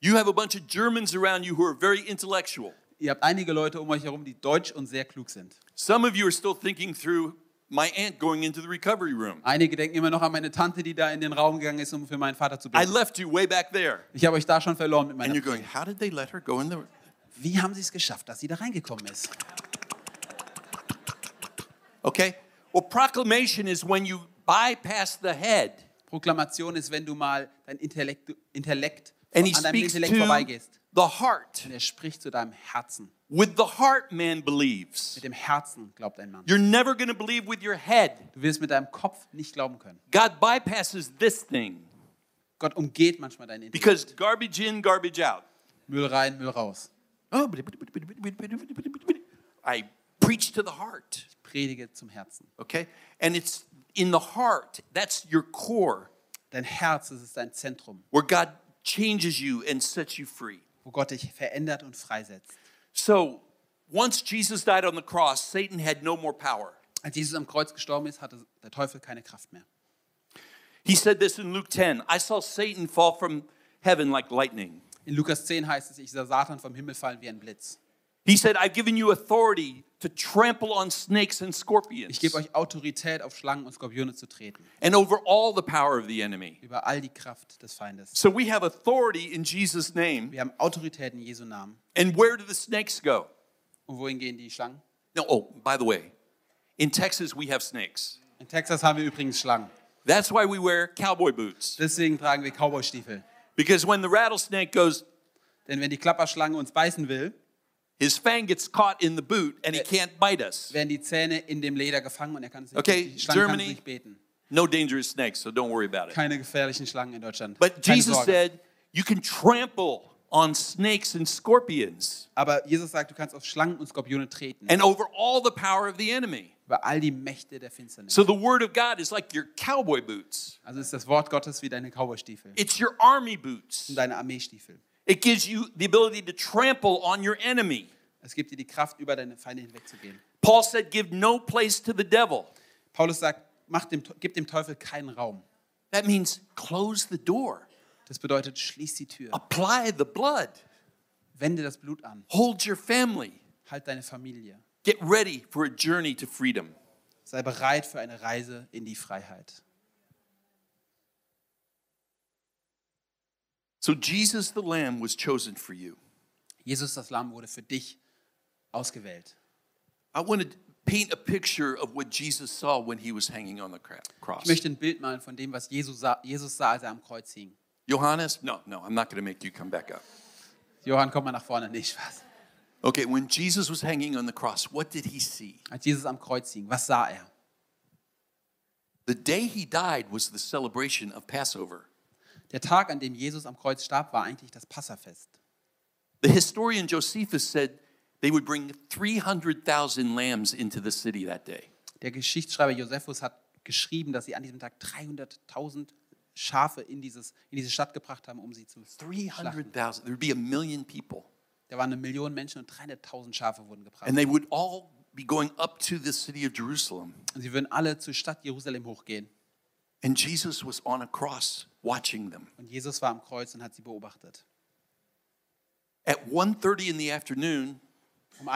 [SPEAKER 2] You have a bunch of Germans around you who are very intellectual.
[SPEAKER 3] Ihr habt einige Leute um euch herum, die deutsch und sehr klug sind.
[SPEAKER 2] Some of you are still thinking through my aunt going into the recovery room.
[SPEAKER 3] Einige denken immer noch an meine Tante, die da in den Raum gegangen ist, um für meinen Vater zu
[SPEAKER 2] I
[SPEAKER 3] beten.
[SPEAKER 2] left you way back there.
[SPEAKER 3] Ich habe euch da schon verloren mit
[SPEAKER 2] And
[SPEAKER 3] meiner.
[SPEAKER 2] you're going, how did they let her go in the
[SPEAKER 3] Wie haben sie es geschafft, dass sie da reingekommen ist?
[SPEAKER 2] Okay? Well, proclamation is when you bypass the head
[SPEAKER 3] Proklamation ist, wenn du mal dein Intellekt, Intellekt
[SPEAKER 2] and he
[SPEAKER 3] an deinem
[SPEAKER 2] speaks
[SPEAKER 3] Intellekt
[SPEAKER 2] to
[SPEAKER 3] vorbeigehst.
[SPEAKER 2] the heart.
[SPEAKER 3] Und er spricht zu deinem Herzen.
[SPEAKER 2] With the heart, man believes.
[SPEAKER 3] Mit dem Herzen glaubt ein Mann.
[SPEAKER 2] You're never going to believe with your head.
[SPEAKER 3] Du wirst mit deinem Kopf nicht glauben können.
[SPEAKER 2] God bypasses this thing
[SPEAKER 3] Gott umgeht manchmal dein Intellekt.
[SPEAKER 2] because garbage in, garbage out.
[SPEAKER 3] Müll rein, Müll raus.
[SPEAKER 2] Oh, I preach to the heart,
[SPEAKER 3] Predige zum Herzen.
[SPEAKER 2] okay? And it's in the heart, that's your core,
[SPEAKER 3] Dein Herz, das ist dein Zentrum,
[SPEAKER 2] where God changes you and sets you free.
[SPEAKER 3] wo Gott dich verändert und freisetzt.
[SPEAKER 2] So once Jesus died on the cross, Satan had no more power.
[SPEAKER 3] Als Jesus am Kreuz gestorben ist, hatte der Teufel keine Kraft mehr.
[SPEAKER 2] He said this in Luke 10 I saw Satan fall from heaven like lightning.
[SPEAKER 3] In Lukas 10 heißt es, ich sah Satan vom Himmel fallen wie ein Blitz.
[SPEAKER 2] He said, I've given you authority to trample on snakes and scorpions
[SPEAKER 3] Ich gebe euch Autorität, auf Schlangen und Skorpione zu treten,
[SPEAKER 2] and over all the power of the enemy.
[SPEAKER 3] über all die Kraft des Feindes.
[SPEAKER 2] So we have authority in Jesus' name.
[SPEAKER 3] Wir haben Autorität in Jesu Namen.
[SPEAKER 2] And where do the snakes go?
[SPEAKER 3] Und wohin gehen die Schlangen?
[SPEAKER 2] No, oh, by the way, in Texas we have snakes.
[SPEAKER 3] In Texas haben wir übrigens Schlangen.
[SPEAKER 2] That's why we wear cowboy boots.
[SPEAKER 3] Deswegen tragen wir Cowboy-Stiefel.
[SPEAKER 2] Because when the rattlesnake goes,
[SPEAKER 3] Denn wenn die Klapperschlange uns beißen will,
[SPEAKER 2] his fang gets caught in the boot and he can't bite us.
[SPEAKER 3] werden die Zähne in dem Leder gefangen und er kann es nicht,
[SPEAKER 2] Okay,
[SPEAKER 3] die Schlange kann
[SPEAKER 2] Germany.
[SPEAKER 3] es nicht beten.
[SPEAKER 2] No dangerous snakes, so don't worry about it.
[SPEAKER 3] Keine gefährlichen Schlangen in Deutschland.
[SPEAKER 2] But
[SPEAKER 3] Keine
[SPEAKER 2] Jesus
[SPEAKER 3] Sorge.
[SPEAKER 2] said, you can trample on snakes and scorpions
[SPEAKER 3] Aber Jesus sagt, du kannst auf Schlangen und Skorpione treten.
[SPEAKER 2] and over all the power of the enemy.
[SPEAKER 3] über all die Mächte der Finsternis.
[SPEAKER 2] So the word of God is like your cowboy boots.
[SPEAKER 3] also ist das Wort Gottes wie deine Cowboystiefel
[SPEAKER 2] It's your army boots.
[SPEAKER 3] und deine Armeestiefel.
[SPEAKER 2] It gives you the ability to trample on your enemy.
[SPEAKER 3] Es gibt dir die Kraft, über deine Feinde hinwegzugehen.
[SPEAKER 2] Paul said, give no place to the devil.
[SPEAKER 3] Paulus sagt, mach dem, gib dem Teufel keinen Raum.
[SPEAKER 2] That means close the door,
[SPEAKER 3] Das bedeutet, schließ die Tür.
[SPEAKER 2] apply the blood,
[SPEAKER 3] Wende das Blut an.
[SPEAKER 2] hold your family,
[SPEAKER 3] Halt deine Familie.
[SPEAKER 2] get ready for a journey to freedom.
[SPEAKER 3] Sei bereit für eine Reise in die Freiheit.
[SPEAKER 2] So, Jesus the Lamb was chosen for you.
[SPEAKER 3] Jesus, das Lamm, wurde für dich ausgewählt.
[SPEAKER 2] I want to paint a picture of what Jesus saw when he was hanging on the cra- cross.
[SPEAKER 3] Ich möchte ein Bild malen von dem, was Jesus sah, Jesus sah als er am Kreuz hing.
[SPEAKER 2] Johannes, no, no, I'm not going to make you come back up.
[SPEAKER 3] Johann, komm mal nach vorne. Nicht was?
[SPEAKER 2] Okay, when Jesus was hanging on the cross, what did he see?
[SPEAKER 3] Als Jesus am Kreuz hing, was sah er?
[SPEAKER 2] The day he died was the celebration of Passover.
[SPEAKER 3] Der Tag, an dem Jesus am Kreuz starb, war eigentlich das Passafest.
[SPEAKER 2] The historian Josephus said they would bring 300,000 lambs into the city that day.
[SPEAKER 3] Der Geschichtsschreiber Josephus hat geschrieben, dass sie an diesem Tag 300.000 Schafe in, dieses, in diese Stadt gebracht haben, um sie zu schlachten.
[SPEAKER 2] 300,000. There would be a million people.
[SPEAKER 3] Da waren eine Million Menschen und 300.000 Schafe wurden gebracht.
[SPEAKER 2] And they would all be going up to the city of Jerusalem.
[SPEAKER 3] Und sie würden alle zur Stadt Jerusalem hochgehen.
[SPEAKER 2] And Jesus was on a cross watching them.
[SPEAKER 3] Und Jesus war am Kreuz und hat sie beobachtet.
[SPEAKER 2] At 1:30 in the afternoon,
[SPEAKER 3] Um 1.30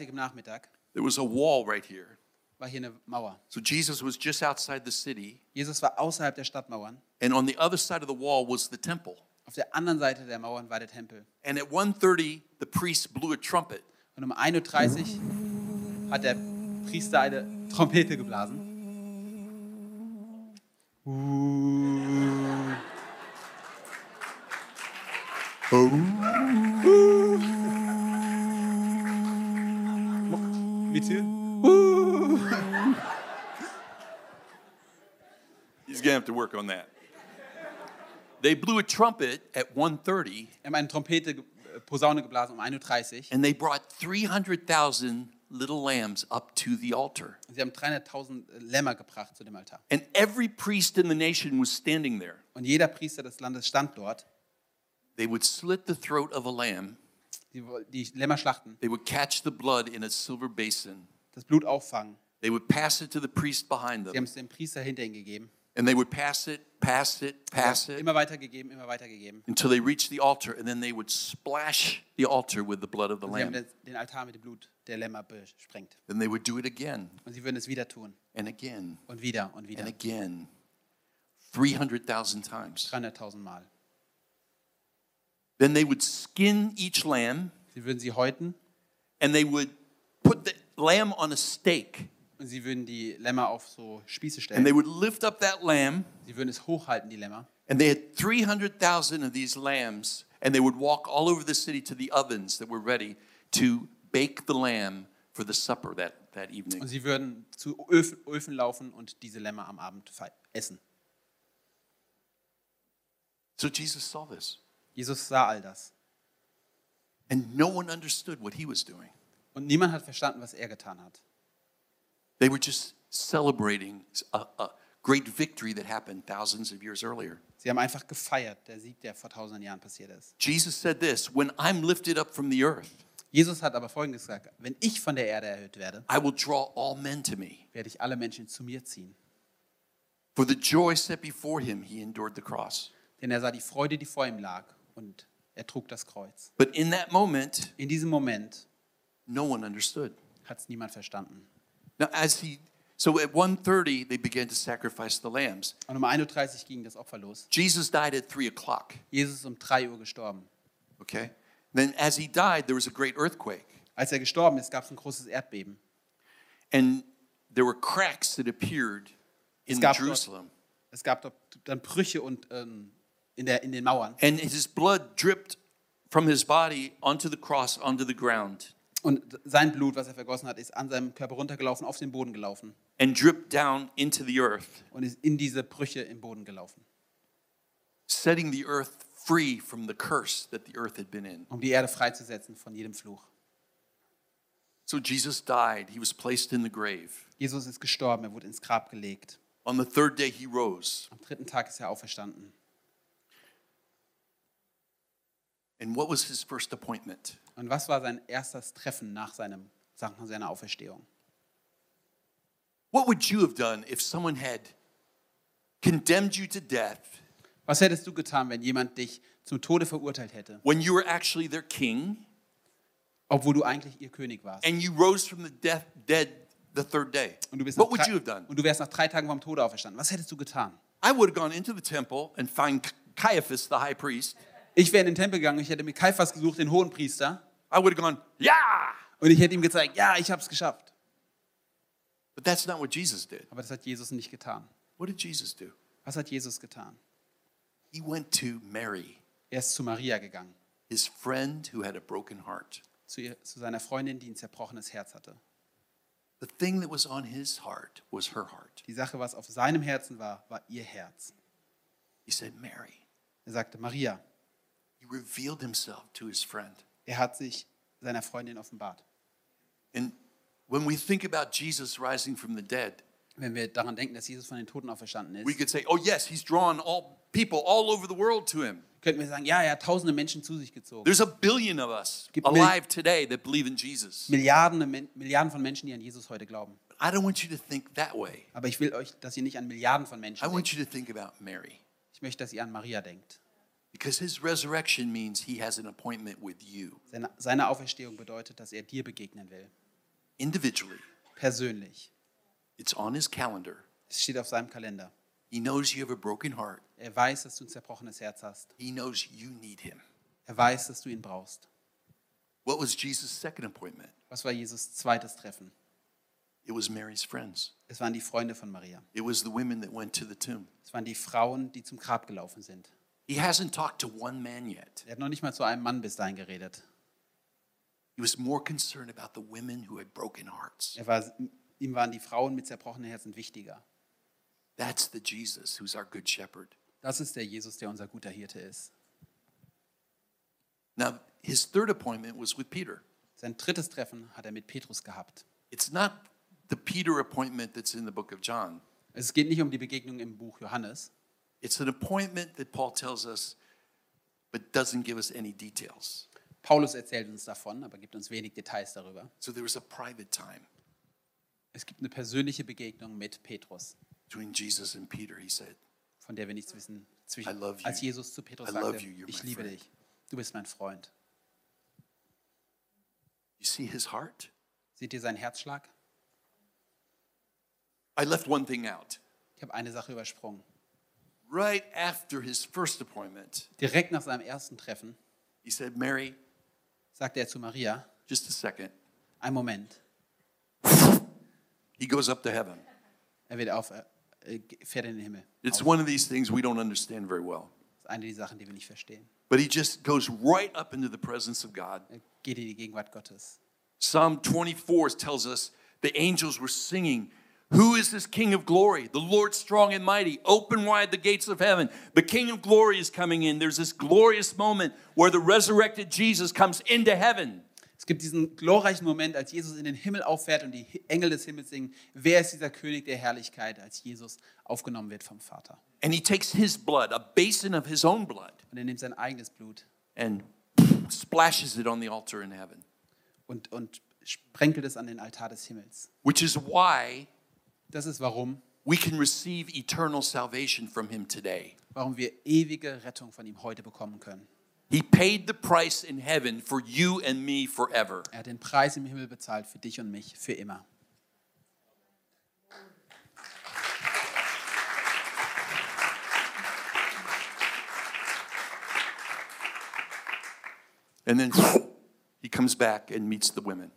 [SPEAKER 3] Uhr im Nachmittag
[SPEAKER 2] there was a wall right here.
[SPEAKER 3] war hier eine Mauer.
[SPEAKER 2] So Jesus was just outside the city,
[SPEAKER 3] Jesus war außerhalb der Stadtmauern.
[SPEAKER 2] and on the other side of the wall was the temple.
[SPEAKER 3] Auf der anderen Seite der Mauern war der Tempel.
[SPEAKER 2] And at 1:30, the priest blew a trumpet.
[SPEAKER 3] Und um 1.30 Uhr hat der Priester eine Trompete geblasen.
[SPEAKER 1] me too?
[SPEAKER 3] Uh.
[SPEAKER 2] He's gonna have to work on that. They blew a trumpet at 1:30,
[SPEAKER 3] Er hat eine Trompete, ge- äh, Posaune geblasen um 1.30 Uhr.
[SPEAKER 2] and they brought 300,000 little lambs up to the altar.
[SPEAKER 3] Sie haben 300.000 Lämmer gebracht zu dem Altar.
[SPEAKER 2] And every priest in the nation was standing there.
[SPEAKER 3] Und jeder Priester des Landes stand dort.
[SPEAKER 2] They would slit the throat of a lamb.
[SPEAKER 3] Die, woll- die Lämmer schlachten,
[SPEAKER 2] They would catch the blood in a silver basin.
[SPEAKER 3] das Blut auffangen.
[SPEAKER 2] They would pass it to the priest behind
[SPEAKER 3] Sie haben
[SPEAKER 2] them.
[SPEAKER 3] es dem Priester hinter ihnen gegeben.
[SPEAKER 2] And they would pass it, pass it, pass it
[SPEAKER 3] Immer weitergegeben, immer weitergegeben.
[SPEAKER 2] until they reached the altar. And then they would splash the altar with the blood of the
[SPEAKER 3] Sie haben
[SPEAKER 2] lamb.
[SPEAKER 3] den den Altar mit dem Blut der Lämmer besprengt.
[SPEAKER 2] Then they would do it again
[SPEAKER 3] Und sie würden es wieder tun.
[SPEAKER 2] and again
[SPEAKER 3] Und wieder und wieder.
[SPEAKER 2] and again 300,000 times.
[SPEAKER 3] 300.000 Mal.
[SPEAKER 2] Then they would skin each lamb
[SPEAKER 3] Sie würden sie häuten
[SPEAKER 2] and they would put the lamb on a stake
[SPEAKER 3] und sie würden die Lämmer auf so Spieße
[SPEAKER 2] and
[SPEAKER 3] stellen.
[SPEAKER 2] they would lift up that lamb
[SPEAKER 3] Sie würden es hochhalten, die Lämmer.
[SPEAKER 2] and they had 300,000 of these lambs and they would walk all over the city to the ovens that were ready to bake the lamb for the supper that, that
[SPEAKER 3] Und
[SPEAKER 2] evening.
[SPEAKER 3] sie würden zu Öfen, Öfen laufen und diese Lämmer am Abend fe- essen.
[SPEAKER 2] So Jesus saw this
[SPEAKER 3] Jesus sah all das.
[SPEAKER 2] and no one understood what he was doing.
[SPEAKER 3] Und niemand hat verstanden, was er getan hat.
[SPEAKER 2] They were just celebrating a, a great victory that happened thousands of years earlier.
[SPEAKER 3] Sie haben einfach gefeiert, der Sieg, der vor tausenden Jahren passiert ist.
[SPEAKER 2] Jesus said this When I'm lifted up from the earth,
[SPEAKER 3] Jesus hat aber Folgendes gesagt, wenn ich von der Erde erhöht werde,
[SPEAKER 2] I will draw all men to me.
[SPEAKER 3] werde ich alle Menschen zu mir ziehen.
[SPEAKER 2] For the joy set before him, he endured the cross.
[SPEAKER 3] Denn er sah die Freude, die vor ihm lag und er trug das Kreuz.
[SPEAKER 2] But in that moment,
[SPEAKER 3] In diesem Moment
[SPEAKER 2] no one understood.
[SPEAKER 3] hat es niemand verstanden.
[SPEAKER 2] Now, as he, so at 1.30, they began to sacrifice the lambs.
[SPEAKER 3] Und um 1.30 Uhr ging das Opfer los.
[SPEAKER 2] Jesus died at 3 o'clock,
[SPEAKER 3] Jesus ist um 3 Uhr gestorben.
[SPEAKER 2] okay? Then as he died, there was a great earthquake.
[SPEAKER 3] Als er gestorben ist, gab es ein großes Erdbeben.
[SPEAKER 2] And there were cracks that appeared in
[SPEAKER 3] Es gab dort-
[SPEAKER 2] Jerusalem.
[SPEAKER 3] Es gab dort dann Brüche und, ähm, in, der, in den Mauern.
[SPEAKER 2] And his blood dripped from his body onto the cross, onto the ground,
[SPEAKER 3] Und sein Blut, was er vergossen hat, ist an seinem Körper runtergelaufen, auf den Boden gelaufen
[SPEAKER 2] and dripped down into the earth,
[SPEAKER 3] und ist in diese Brüche im Boden gelaufen,
[SPEAKER 2] setting the earth free from the curse that the earth had been in.
[SPEAKER 3] um die Erde freizusetzen von jedem Fluch.
[SPEAKER 2] So Jesus died. He was placed in the grave.
[SPEAKER 3] Jesus ist gestorben, er wurde ins Grab gelegt.
[SPEAKER 2] On the third day, he rose.
[SPEAKER 3] Am dritten Tag ist er auferstanden.
[SPEAKER 2] And what was his first appointment?
[SPEAKER 3] Und was war sein erstes Treffen nach, seinem, nach seiner Auferstehung?
[SPEAKER 2] What would you have done if someone had condemned you to death
[SPEAKER 3] Was hättest du getan, wenn jemand dich zum Tode verurteilt hätte,
[SPEAKER 2] when you were actually their king
[SPEAKER 3] obwohl du eigentlich ihr König warst?
[SPEAKER 2] and you rose from the death, dead the third day?
[SPEAKER 3] Und du, bist
[SPEAKER 2] What
[SPEAKER 3] nach
[SPEAKER 2] would
[SPEAKER 3] drei-
[SPEAKER 2] you have done?
[SPEAKER 3] und du wärst nach drei Tagen vom Tode auferstanden. Was hättest du getan?
[SPEAKER 2] I would have gone into the temple and find Ca- Caiaphas, the high priest.
[SPEAKER 3] Ich wäre in den Tempel gegangen, ich hätte mir Kaiphas gesucht, den Hohenpriester,
[SPEAKER 2] I would have gone, yeah!
[SPEAKER 3] und ich hätte ihm gezeigt, ja, ich habe es geschafft.
[SPEAKER 2] But that's not what Jesus did.
[SPEAKER 3] Aber das hat Jesus nicht getan.
[SPEAKER 2] What did Jesus do?
[SPEAKER 3] Was hat Jesus getan?
[SPEAKER 2] He went to Mary,
[SPEAKER 3] Er ist zu Maria gegangen,
[SPEAKER 2] his friend who had a broken heart.
[SPEAKER 3] zu, ihr, zu seiner Freundin, die ein zerbrochenes Herz hatte.
[SPEAKER 2] The thing that was on his heart was her heart.
[SPEAKER 3] Die Sache, was auf seinem Herzen war, war ihr Herz.
[SPEAKER 2] He said, Mary.
[SPEAKER 3] Er sagte, Maria,
[SPEAKER 2] He revealed himself to his friend.
[SPEAKER 3] er hat sich seiner Freundin offenbart.
[SPEAKER 2] And when we think about Jesus rising from the dead,
[SPEAKER 3] Wenn wir daran denken, dass Jesus von den Toten auferstanden
[SPEAKER 2] we
[SPEAKER 3] ist,
[SPEAKER 2] could say, oh, yes, he's drawn all people all over the world to him.
[SPEAKER 3] könnten wir sagen, ja, er hat tausende Menschen zu sich gezogen.
[SPEAKER 2] There's a billion of us
[SPEAKER 3] Gib mir-
[SPEAKER 2] alive today that believe in Jesus.
[SPEAKER 3] Milliarden, Men- Milliarden von Menschen, die an Jesus heute glauben.
[SPEAKER 2] But I don't want you to think that way.
[SPEAKER 3] Aber ich will euch, dass ihr nicht an Milliarden von
[SPEAKER 2] I
[SPEAKER 3] Menschen denkt.
[SPEAKER 2] want you to think about Mary
[SPEAKER 3] Ich möchte, dass ihr an Maria denkt.
[SPEAKER 2] because his resurrection means he has an appointment with you
[SPEAKER 3] Seine, seine Auferstehung bedeutet, dass er dir begegnen will.
[SPEAKER 2] individually.
[SPEAKER 3] Persönlich.
[SPEAKER 2] It's on his calendar.
[SPEAKER 3] Es steht auf seinem Kalender.
[SPEAKER 2] He knows you have a broken heart,
[SPEAKER 3] Er weiß, dass du ein zerbrochenes Herz hast.
[SPEAKER 2] he knows you need him.
[SPEAKER 3] Er weiß, dass du ihn brauchst.
[SPEAKER 2] What was Jesus' second appointment?
[SPEAKER 3] Was war Jesus zweites Treffen?
[SPEAKER 2] It was Mary's friends.
[SPEAKER 3] Es waren die Freunde von Maria.
[SPEAKER 2] It was the women that went to the tomb.
[SPEAKER 3] Es waren die Frauen, die zum Grab gelaufen sind.
[SPEAKER 2] He hasn't talked to one man yet.
[SPEAKER 3] Er hat noch nicht mal zu einem Mann bis dahin geredet.
[SPEAKER 2] He was more concerned about the women who had broken hearts.
[SPEAKER 3] Er war, ihm waren die Frauen mit zerbrochenen Herzen wichtiger.
[SPEAKER 2] That's the Jesus who's our good shepherd.
[SPEAKER 3] Das ist der Jesus, der unser guter Hirte ist.
[SPEAKER 2] Now, his third appointment was with Peter.
[SPEAKER 3] Sein drittes Treffen hat er mit Petrus gehabt.
[SPEAKER 2] It's not the Peter appointment that's in the book of John.
[SPEAKER 3] Es geht nicht um die Begegnung im Buch Johannes.
[SPEAKER 2] It's an appointment that Paul tells us, but doesn't give us any details.
[SPEAKER 3] Paulus erzählt uns davon, aber gibt uns wenig Details darüber.
[SPEAKER 2] So there was a private time
[SPEAKER 3] Es gibt eine persönliche Begegnung mit Petrus,
[SPEAKER 2] between Jesus and Peter, he said.
[SPEAKER 3] von der wir nichts wissen.
[SPEAKER 2] I
[SPEAKER 3] Zwischen,
[SPEAKER 2] love you.
[SPEAKER 3] als Jesus zu Petrus
[SPEAKER 2] I love
[SPEAKER 3] sagte,
[SPEAKER 2] you, you're my
[SPEAKER 3] ich liebe
[SPEAKER 2] friend."
[SPEAKER 3] dich, du bist mein Freund.
[SPEAKER 2] You see his heart?
[SPEAKER 3] Seht ihr seinen Herzschlag?
[SPEAKER 2] I left one thing out.
[SPEAKER 3] Ich habe eine Sache übersprungen.
[SPEAKER 2] Right after his first appointment,
[SPEAKER 3] Direkt nach seinem ersten Treffen
[SPEAKER 2] he said, Mary,
[SPEAKER 3] sagte er zu Maria,
[SPEAKER 2] just a second.
[SPEAKER 3] einen Moment,
[SPEAKER 2] He goes up to heaven.
[SPEAKER 3] er wird auf, äh, fährt in den Himmel.
[SPEAKER 2] It's one of these things we don't understand very well.
[SPEAKER 3] Das ist eine der Sachen, die wir nicht verstehen.
[SPEAKER 2] But he just goes right up into the presence of God.
[SPEAKER 3] Er geht in die Gegenwart Gottes.
[SPEAKER 2] Psalm 24 tells us the angels were singing, Who is this King of glory? The Lord strong and mighty. Open wide the gates of heaven. The King of glory is coming in. There's this glorious moment where the resurrected Jesus comes into heaven.
[SPEAKER 3] Es gibt diesen glorreichen Moment, als Jesus in den Himmel auffährt und die Engel des Himmels singen, wer ist dieser König der Herrlichkeit, als Jesus aufgenommen wird vom Vater.
[SPEAKER 2] And he takes his blood, a basin of his own blood,
[SPEAKER 3] Und er nimmt sein eigenes Blut
[SPEAKER 2] and splashes it on the altar in heaven,
[SPEAKER 3] und, und sprenkelt es an den Altar des Himmels.
[SPEAKER 2] which is why
[SPEAKER 3] Das ist warum,
[SPEAKER 2] we can receive eternal salvation from him today.
[SPEAKER 3] warum wir ewige Rettung von ihm heute bekommen können.
[SPEAKER 2] He paid the price in heaven for you and me forever.
[SPEAKER 3] Er hat den Preis im Himmel bezahlt für dich und mich, für immer.
[SPEAKER 2] And then he comes back and meets the women.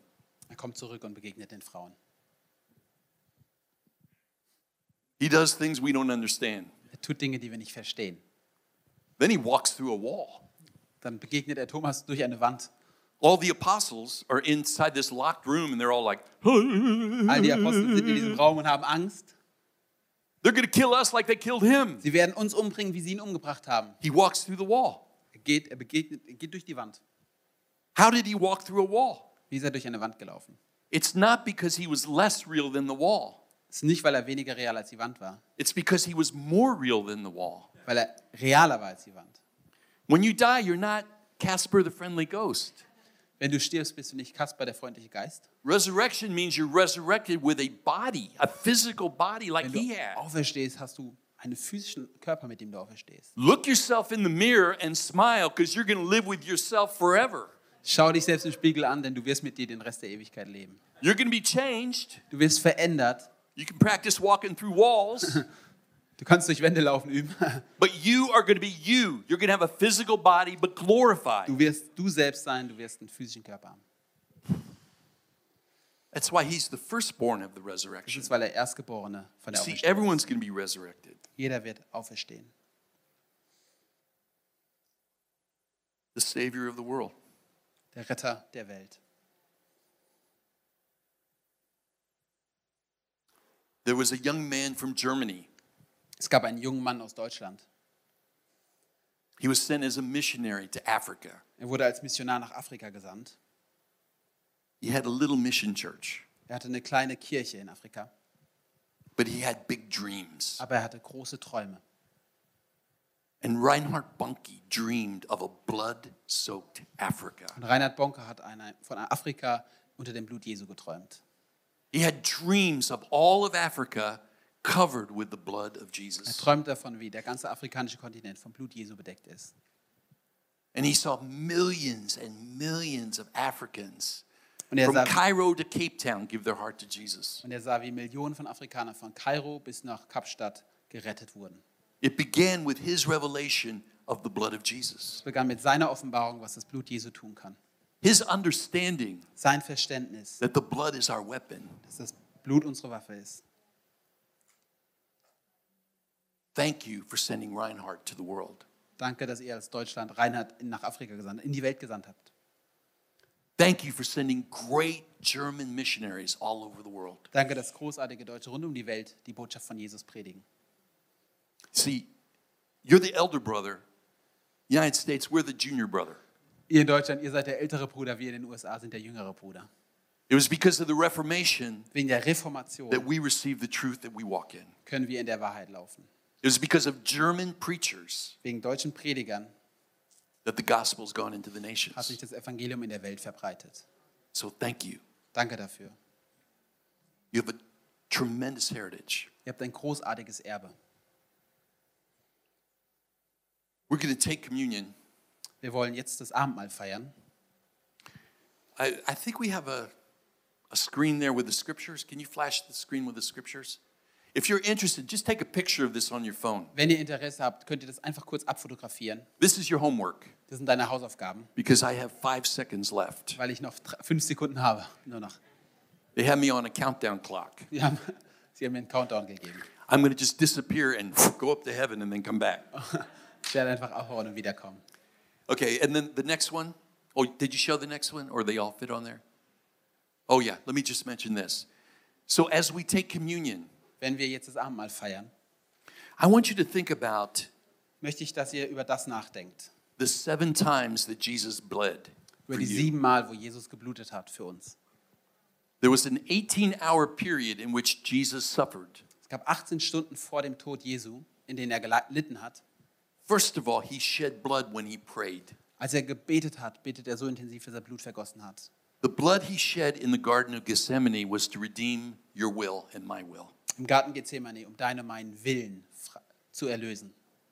[SPEAKER 3] Er kommt zurück und begegnet den Frauen.
[SPEAKER 2] He does things we don't understand.
[SPEAKER 3] Er tut Dinge, die wir nicht verstehen.
[SPEAKER 2] Then he walks through a wall.
[SPEAKER 3] Dann begegnet er Thomas durch eine Wand.
[SPEAKER 2] All the apostles are inside this locked room and they're all like,
[SPEAKER 3] All die Apostel sind in diesem Raum und haben Angst.
[SPEAKER 2] they're going to kill us like they killed him.
[SPEAKER 3] Sie werden uns umbringen, wie sie ihn umgebracht haben.
[SPEAKER 2] He walks through the wall.
[SPEAKER 3] Er geht, er begegnet, er geht durch die Wand.
[SPEAKER 2] How did he walk through a wall?
[SPEAKER 3] Wie ist er durch eine Wand gelaufen?
[SPEAKER 2] It's not because he was less real than the wall,
[SPEAKER 3] Es ist nicht, weil er weniger real als die Wand war,
[SPEAKER 2] it's because he was more real than the wall.
[SPEAKER 3] weil er realer war als die Wand.
[SPEAKER 2] When you die, you're not Casper the friendly ghost.
[SPEAKER 3] Wenn du stirbst, bist du nicht Kaspar, der freundliche Geist.
[SPEAKER 2] Resurrection means you're resurrected with a body, a physical body like
[SPEAKER 3] Wenn
[SPEAKER 2] he
[SPEAKER 3] du
[SPEAKER 2] had.
[SPEAKER 3] auferstehst, hast du einen physischen Körper, mit dem du auferstehst.
[SPEAKER 2] Look yourself in the mirror and smile because you're going to live with yourself forever.
[SPEAKER 3] Schau dich selbst im Spiegel an, denn du wirst mit dir den Rest der Ewigkeit leben.
[SPEAKER 2] You're going to be changed.
[SPEAKER 3] Du wirst verändert.
[SPEAKER 2] You can practice walking through walls,
[SPEAKER 3] Du kannst durch Wände laufen üben.
[SPEAKER 2] but you are going to be you. You're going to have a physical body, but glorified.
[SPEAKER 3] Du wirst du selbst sein, du wirst einen physischen Körper haben.
[SPEAKER 2] That's why he's the firstborn of the
[SPEAKER 3] Das
[SPEAKER 2] resurrection.
[SPEAKER 3] ist, weil der Erstgeborene von der
[SPEAKER 2] See,
[SPEAKER 3] Auferstehung
[SPEAKER 2] everyone's going to be resurrected.
[SPEAKER 3] Jeder wird auferstehen.
[SPEAKER 2] The Savior of the world.
[SPEAKER 3] Der Retter der Welt.
[SPEAKER 2] There was a young man from Germany.
[SPEAKER 3] Es gab einen jungen Mann aus Deutschland.
[SPEAKER 2] He was sent as a missionary to Africa.
[SPEAKER 3] Er wurde als Missionar nach Afrika gesandt.
[SPEAKER 2] He had a little mission church,
[SPEAKER 3] Er hatte eine kleine Kirche in Afrika,
[SPEAKER 2] but he had big dreams.
[SPEAKER 3] aber er hatte große Träume.
[SPEAKER 2] And Reinhard Bunke dreamed of a blood soaked Africa.
[SPEAKER 3] Und Reinhard Bonke hat eine, von Afrika unter dem Blut Jesu geträumt.
[SPEAKER 2] He had dreams of all of Africa covered with the blood of
[SPEAKER 3] Er
[SPEAKER 2] Jesus.
[SPEAKER 3] träumt davon, wie der ganze afrikanische Kontinent vom Blut Jesu bedeckt ist.
[SPEAKER 2] And he saw millions and millions of Africans
[SPEAKER 3] Und er,
[SPEAKER 2] from
[SPEAKER 3] sah,
[SPEAKER 2] Cairo to Cape Town give their heart to Jesus.
[SPEAKER 3] und er sah, wie Millionen von Afrikanern von Kairo bis nach Kapstadt gerettet wurden.
[SPEAKER 2] It began with his revelation of the blood of Jesus,
[SPEAKER 3] Es begann mit seiner Offenbarung, was das Blut Jesu tun kann.
[SPEAKER 2] his understanding
[SPEAKER 3] Sein Verständnis,
[SPEAKER 2] that the blood is our weapon.
[SPEAKER 3] dass das Blut unsere Waffe ist.
[SPEAKER 2] Thank you for sending Reinhard to the world.
[SPEAKER 3] Danke, dass ihr als Deutschland Reinhard in- nach Afrika gesandt, in die Welt gesandt habt.
[SPEAKER 2] Thank you for sending great German missionaries all over the world.
[SPEAKER 3] Danke, dass großartige Deutsche rund um die Welt die Botschaft von Jesus predigen.
[SPEAKER 2] See, you're the elder brother. United States, we're the junior brother.
[SPEAKER 3] Ihr in Deutschland, ihr seid der ältere Bruder, wir in den USA sind der jüngere Bruder.
[SPEAKER 2] It was because of the Reformation
[SPEAKER 3] Wegen der
[SPEAKER 2] that
[SPEAKER 3] Reformation
[SPEAKER 2] we received the truth that we walk in.
[SPEAKER 3] können wir in der Wahrheit laufen.
[SPEAKER 2] It was because of German preachers
[SPEAKER 3] Wegen deutschen Predigern
[SPEAKER 2] that the gospel's gone into the
[SPEAKER 3] hat sich
[SPEAKER 2] nations.
[SPEAKER 3] das Evangelium in der Welt verbreitet.
[SPEAKER 2] So thank you.
[SPEAKER 3] Danke dafür.
[SPEAKER 2] You have a tremendous heritage.
[SPEAKER 3] Ihr habt ein großartiges Erbe.
[SPEAKER 2] We're going to take communion.
[SPEAKER 3] Wir wollen jetzt das Abendmahl feiern.
[SPEAKER 2] I, I think we have a, a screen there with the scriptures. Can you flash the screen with the scriptures? If you're interested, just take a picture of this on your phone.
[SPEAKER 3] Wenn ihr Interesse habt, könnt ihr das einfach kurz abfotografieren.
[SPEAKER 2] This is your homework
[SPEAKER 3] Das sind deine Hausaufgaben,
[SPEAKER 2] because I have five seconds left.
[SPEAKER 3] weil ich noch dr- fünf Sekunden habe. Nur noch.
[SPEAKER 2] They have me on a countdown clock.
[SPEAKER 3] Sie haben, Sie haben mir einen Countdown gegeben.
[SPEAKER 2] I'm going to just disappear and go up to heaven and then come back.
[SPEAKER 3] Ich werde einfach abhauen und wiederkommen.
[SPEAKER 2] Okay, and then the next one. Oh, did you show the next one or they all fit on there? Oh, yeah, let me just mention this. So, as we take communion,
[SPEAKER 3] Wenn wir jetzt das Abendmahl feiern,
[SPEAKER 2] I want you to think about
[SPEAKER 3] möchte ich, dass ihr über das nachdenkt.
[SPEAKER 2] the seven times that Jesus bled.
[SPEAKER 3] Über
[SPEAKER 2] for
[SPEAKER 3] die
[SPEAKER 2] you.
[SPEAKER 3] sieben Mal, wo Jesus geblutet hat für uns.
[SPEAKER 2] There was an 18 hour period in which Jesus suffered.
[SPEAKER 3] Es gab 18 Stunden vor dem Tod Jesu, in denen er gelitten hat.
[SPEAKER 2] First of all, he shed blood when he prayed.
[SPEAKER 3] Als er gebetet hat, betet er so intensiv, dass er Blut vergossen hat.
[SPEAKER 2] The blood he shed in the Garden of Gethsemane was to redeem your will and my will.
[SPEAKER 3] Im Garten Gethsemane, um deinen und meinen Willen fra- zu erlösen.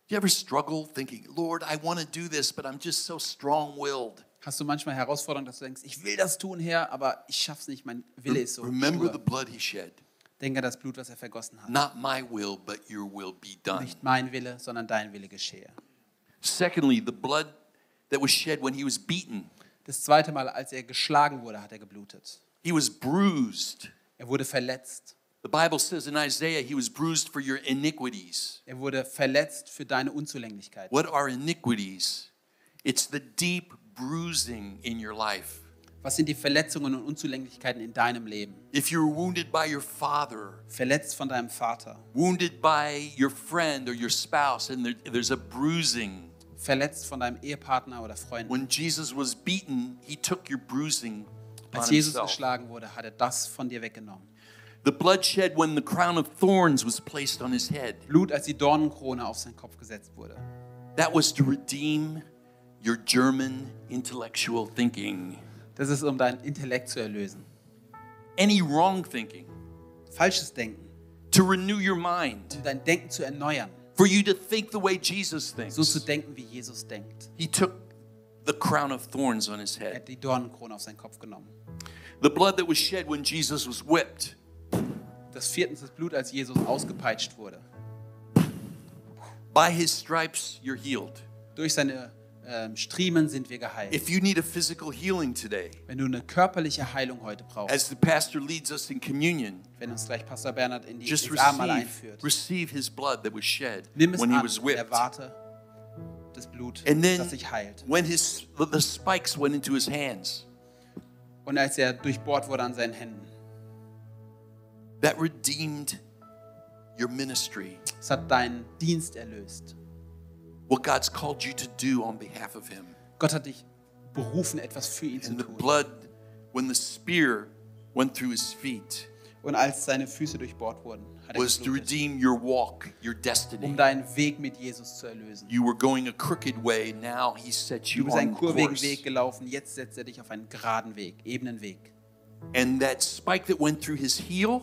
[SPEAKER 2] Do you ever struggle thinking, Lord, I want to do this, but I'm just so strong willed?
[SPEAKER 3] Hast du manchmal Herausforderungen, dass du denkst, ich will das tun, Herr, aber ich schaff's nicht, mein Wille ist so.
[SPEAKER 2] Remember
[SPEAKER 3] stur.
[SPEAKER 2] the blood he shed.
[SPEAKER 3] Denke an das Blut, was er vergossen hat.
[SPEAKER 2] Not my will, but your will be done.
[SPEAKER 3] Nicht mein Wille, sondern dein Wille geschehe.
[SPEAKER 2] Secondly, the blood that was shed when he was beaten,
[SPEAKER 3] Das zweite Mal, als er geschlagen wurde, hat er geblutet.
[SPEAKER 2] he was bruised.
[SPEAKER 3] Er wurde verletzt.
[SPEAKER 2] The Bible says in Isaiah, he was bruised for your iniquities.
[SPEAKER 3] Er wurde verletzt für deine Unzulänglichkeit.
[SPEAKER 2] What are iniquities? It's the deep bruising in your life.
[SPEAKER 3] Was sind die Verletzungen und Unzulänglichkeiten in deinem Leben?
[SPEAKER 2] If you're wounded by your father,
[SPEAKER 3] Verletzt von deinem Vater,
[SPEAKER 2] wounded by your friend or your spouse, and there, there's a bruising.
[SPEAKER 3] verletzt von deinem Ehepartner oder Freund.
[SPEAKER 2] When Jesus was beaten, he took your bruising upon
[SPEAKER 3] Als Jesus
[SPEAKER 2] himself.
[SPEAKER 3] geschlagen wurde, hat er das von dir weggenommen.
[SPEAKER 2] The bloodshed when the crown of thorns was placed on his head.
[SPEAKER 3] Blut, als die Dornenkrone auf seinen Kopf gesetzt wurde.
[SPEAKER 2] That was to redeem your German intellectual thinking.
[SPEAKER 3] Das ist, um deinen Intellekt zu erlösen.
[SPEAKER 2] Any wrong thinking,
[SPEAKER 3] Falsches Denken,
[SPEAKER 2] to renew your mind,
[SPEAKER 3] um dein Denken zu erneuern,
[SPEAKER 2] for you to think the way Jesus thinks.
[SPEAKER 3] so zu denken, wie Jesus denkt.
[SPEAKER 2] He took the crown of thorns on his
[SPEAKER 3] Er
[SPEAKER 2] head.
[SPEAKER 3] hat die Dornenkrone auf seinen Kopf genommen.
[SPEAKER 2] The blood that was shed when Jesus was whipped.
[SPEAKER 3] Das viertens das Blut, als Jesus ausgepeitscht wurde.
[SPEAKER 2] By his stripes, you're healed.
[SPEAKER 3] Durch seine ähm, Striemen sind wir geheilt.
[SPEAKER 2] If you need a physical healing today,
[SPEAKER 3] Wenn du eine körperliche Heilung heute brauchst,
[SPEAKER 2] as the pastor leads us in communion,
[SPEAKER 3] wenn uns gleich Pastor Bernhard in die
[SPEAKER 2] just
[SPEAKER 3] ins Abendmahl
[SPEAKER 2] receive,
[SPEAKER 3] einführt,
[SPEAKER 2] receive his blood that was shed
[SPEAKER 3] nimm es
[SPEAKER 2] when he
[SPEAKER 3] an
[SPEAKER 2] was
[SPEAKER 3] und
[SPEAKER 2] whipped.
[SPEAKER 3] erwarte das Blut,
[SPEAKER 2] And then
[SPEAKER 3] das sich heilt.
[SPEAKER 2] when his the- the spikes went into his hands,
[SPEAKER 3] Und als er durchbohrt wurde an seinen Händen,
[SPEAKER 2] that redeemed your ministry,
[SPEAKER 3] es hat deinen Dienst erlöst.
[SPEAKER 2] what God's called you to do on behalf of him.
[SPEAKER 3] Gott hat dich berufen, etwas für ihn zu
[SPEAKER 2] And the
[SPEAKER 3] tun.
[SPEAKER 2] blood when the spear went through his feet
[SPEAKER 3] Und als seine Füße durchbohrt wurden, hat er
[SPEAKER 2] was to
[SPEAKER 3] geblutet,
[SPEAKER 2] redeem your walk, your
[SPEAKER 3] um
[SPEAKER 2] destiny.
[SPEAKER 3] deinen Weg mit Jesus zu erlösen.
[SPEAKER 2] You were going a crooked way, now he set
[SPEAKER 3] Du
[SPEAKER 2] you
[SPEAKER 3] bist einen
[SPEAKER 2] on
[SPEAKER 3] kurvigen
[SPEAKER 2] course.
[SPEAKER 3] Weg gelaufen, jetzt setzt er dich auf einen geraden Weg, ebenen Weg.
[SPEAKER 2] And that spike that went through his heel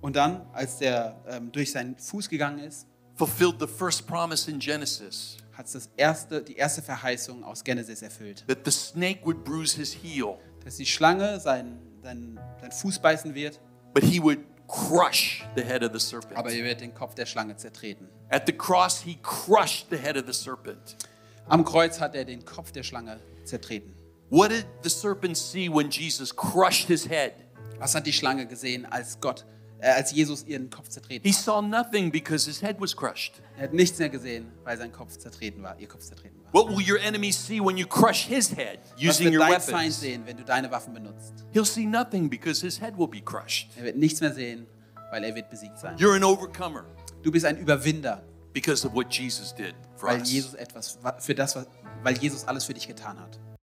[SPEAKER 3] Und dann, als der ähm, durch seinen Fuß gegangen ist,
[SPEAKER 2] fulfilled the first promise in Genesis
[SPEAKER 3] hat es das erste, die erste Verheißung aus Genesis erfüllt.
[SPEAKER 2] that the snake would bruise his heel,
[SPEAKER 3] Dass die Schlange seinen, seinen, seinen Fuß beißen wird,
[SPEAKER 2] but he would crush the head of the serpent.
[SPEAKER 3] aber er wird den Kopf der Schlange zertreten.
[SPEAKER 2] At the cross, he crushed the head of the serpent.
[SPEAKER 3] Am Kreuz hat er den Kopf der Schlange zertreten.
[SPEAKER 2] What did the serpent see when Jesus crushed his head?
[SPEAKER 3] Was hat die Schlange gesehen, als Gott äh, äh, als Jesus ihren Kopf zertreten
[SPEAKER 2] He
[SPEAKER 3] hat.
[SPEAKER 2] saw nothing because his head was crushed.
[SPEAKER 3] Er hat nichts mehr gesehen, weil sein Kopf zertreten war, ihr Kopf zertreten war.
[SPEAKER 2] What will your enemy see when you crush his head
[SPEAKER 3] Was
[SPEAKER 2] using
[SPEAKER 3] wird
[SPEAKER 2] your
[SPEAKER 3] dein Feind
[SPEAKER 2] weapons?
[SPEAKER 3] sehen, wenn du deine Waffen benutzt?
[SPEAKER 2] He'll see nothing because his head will be crushed.
[SPEAKER 3] Er wird nichts mehr sehen, weil er wird besiegt sein.
[SPEAKER 2] You're an overcomer
[SPEAKER 3] Du bist ein Überwinder,
[SPEAKER 2] because of what Jesus did for
[SPEAKER 3] weil
[SPEAKER 2] us.
[SPEAKER 3] Jesus etwas wa- für das, was, weil Jesus alles für dich getan hat.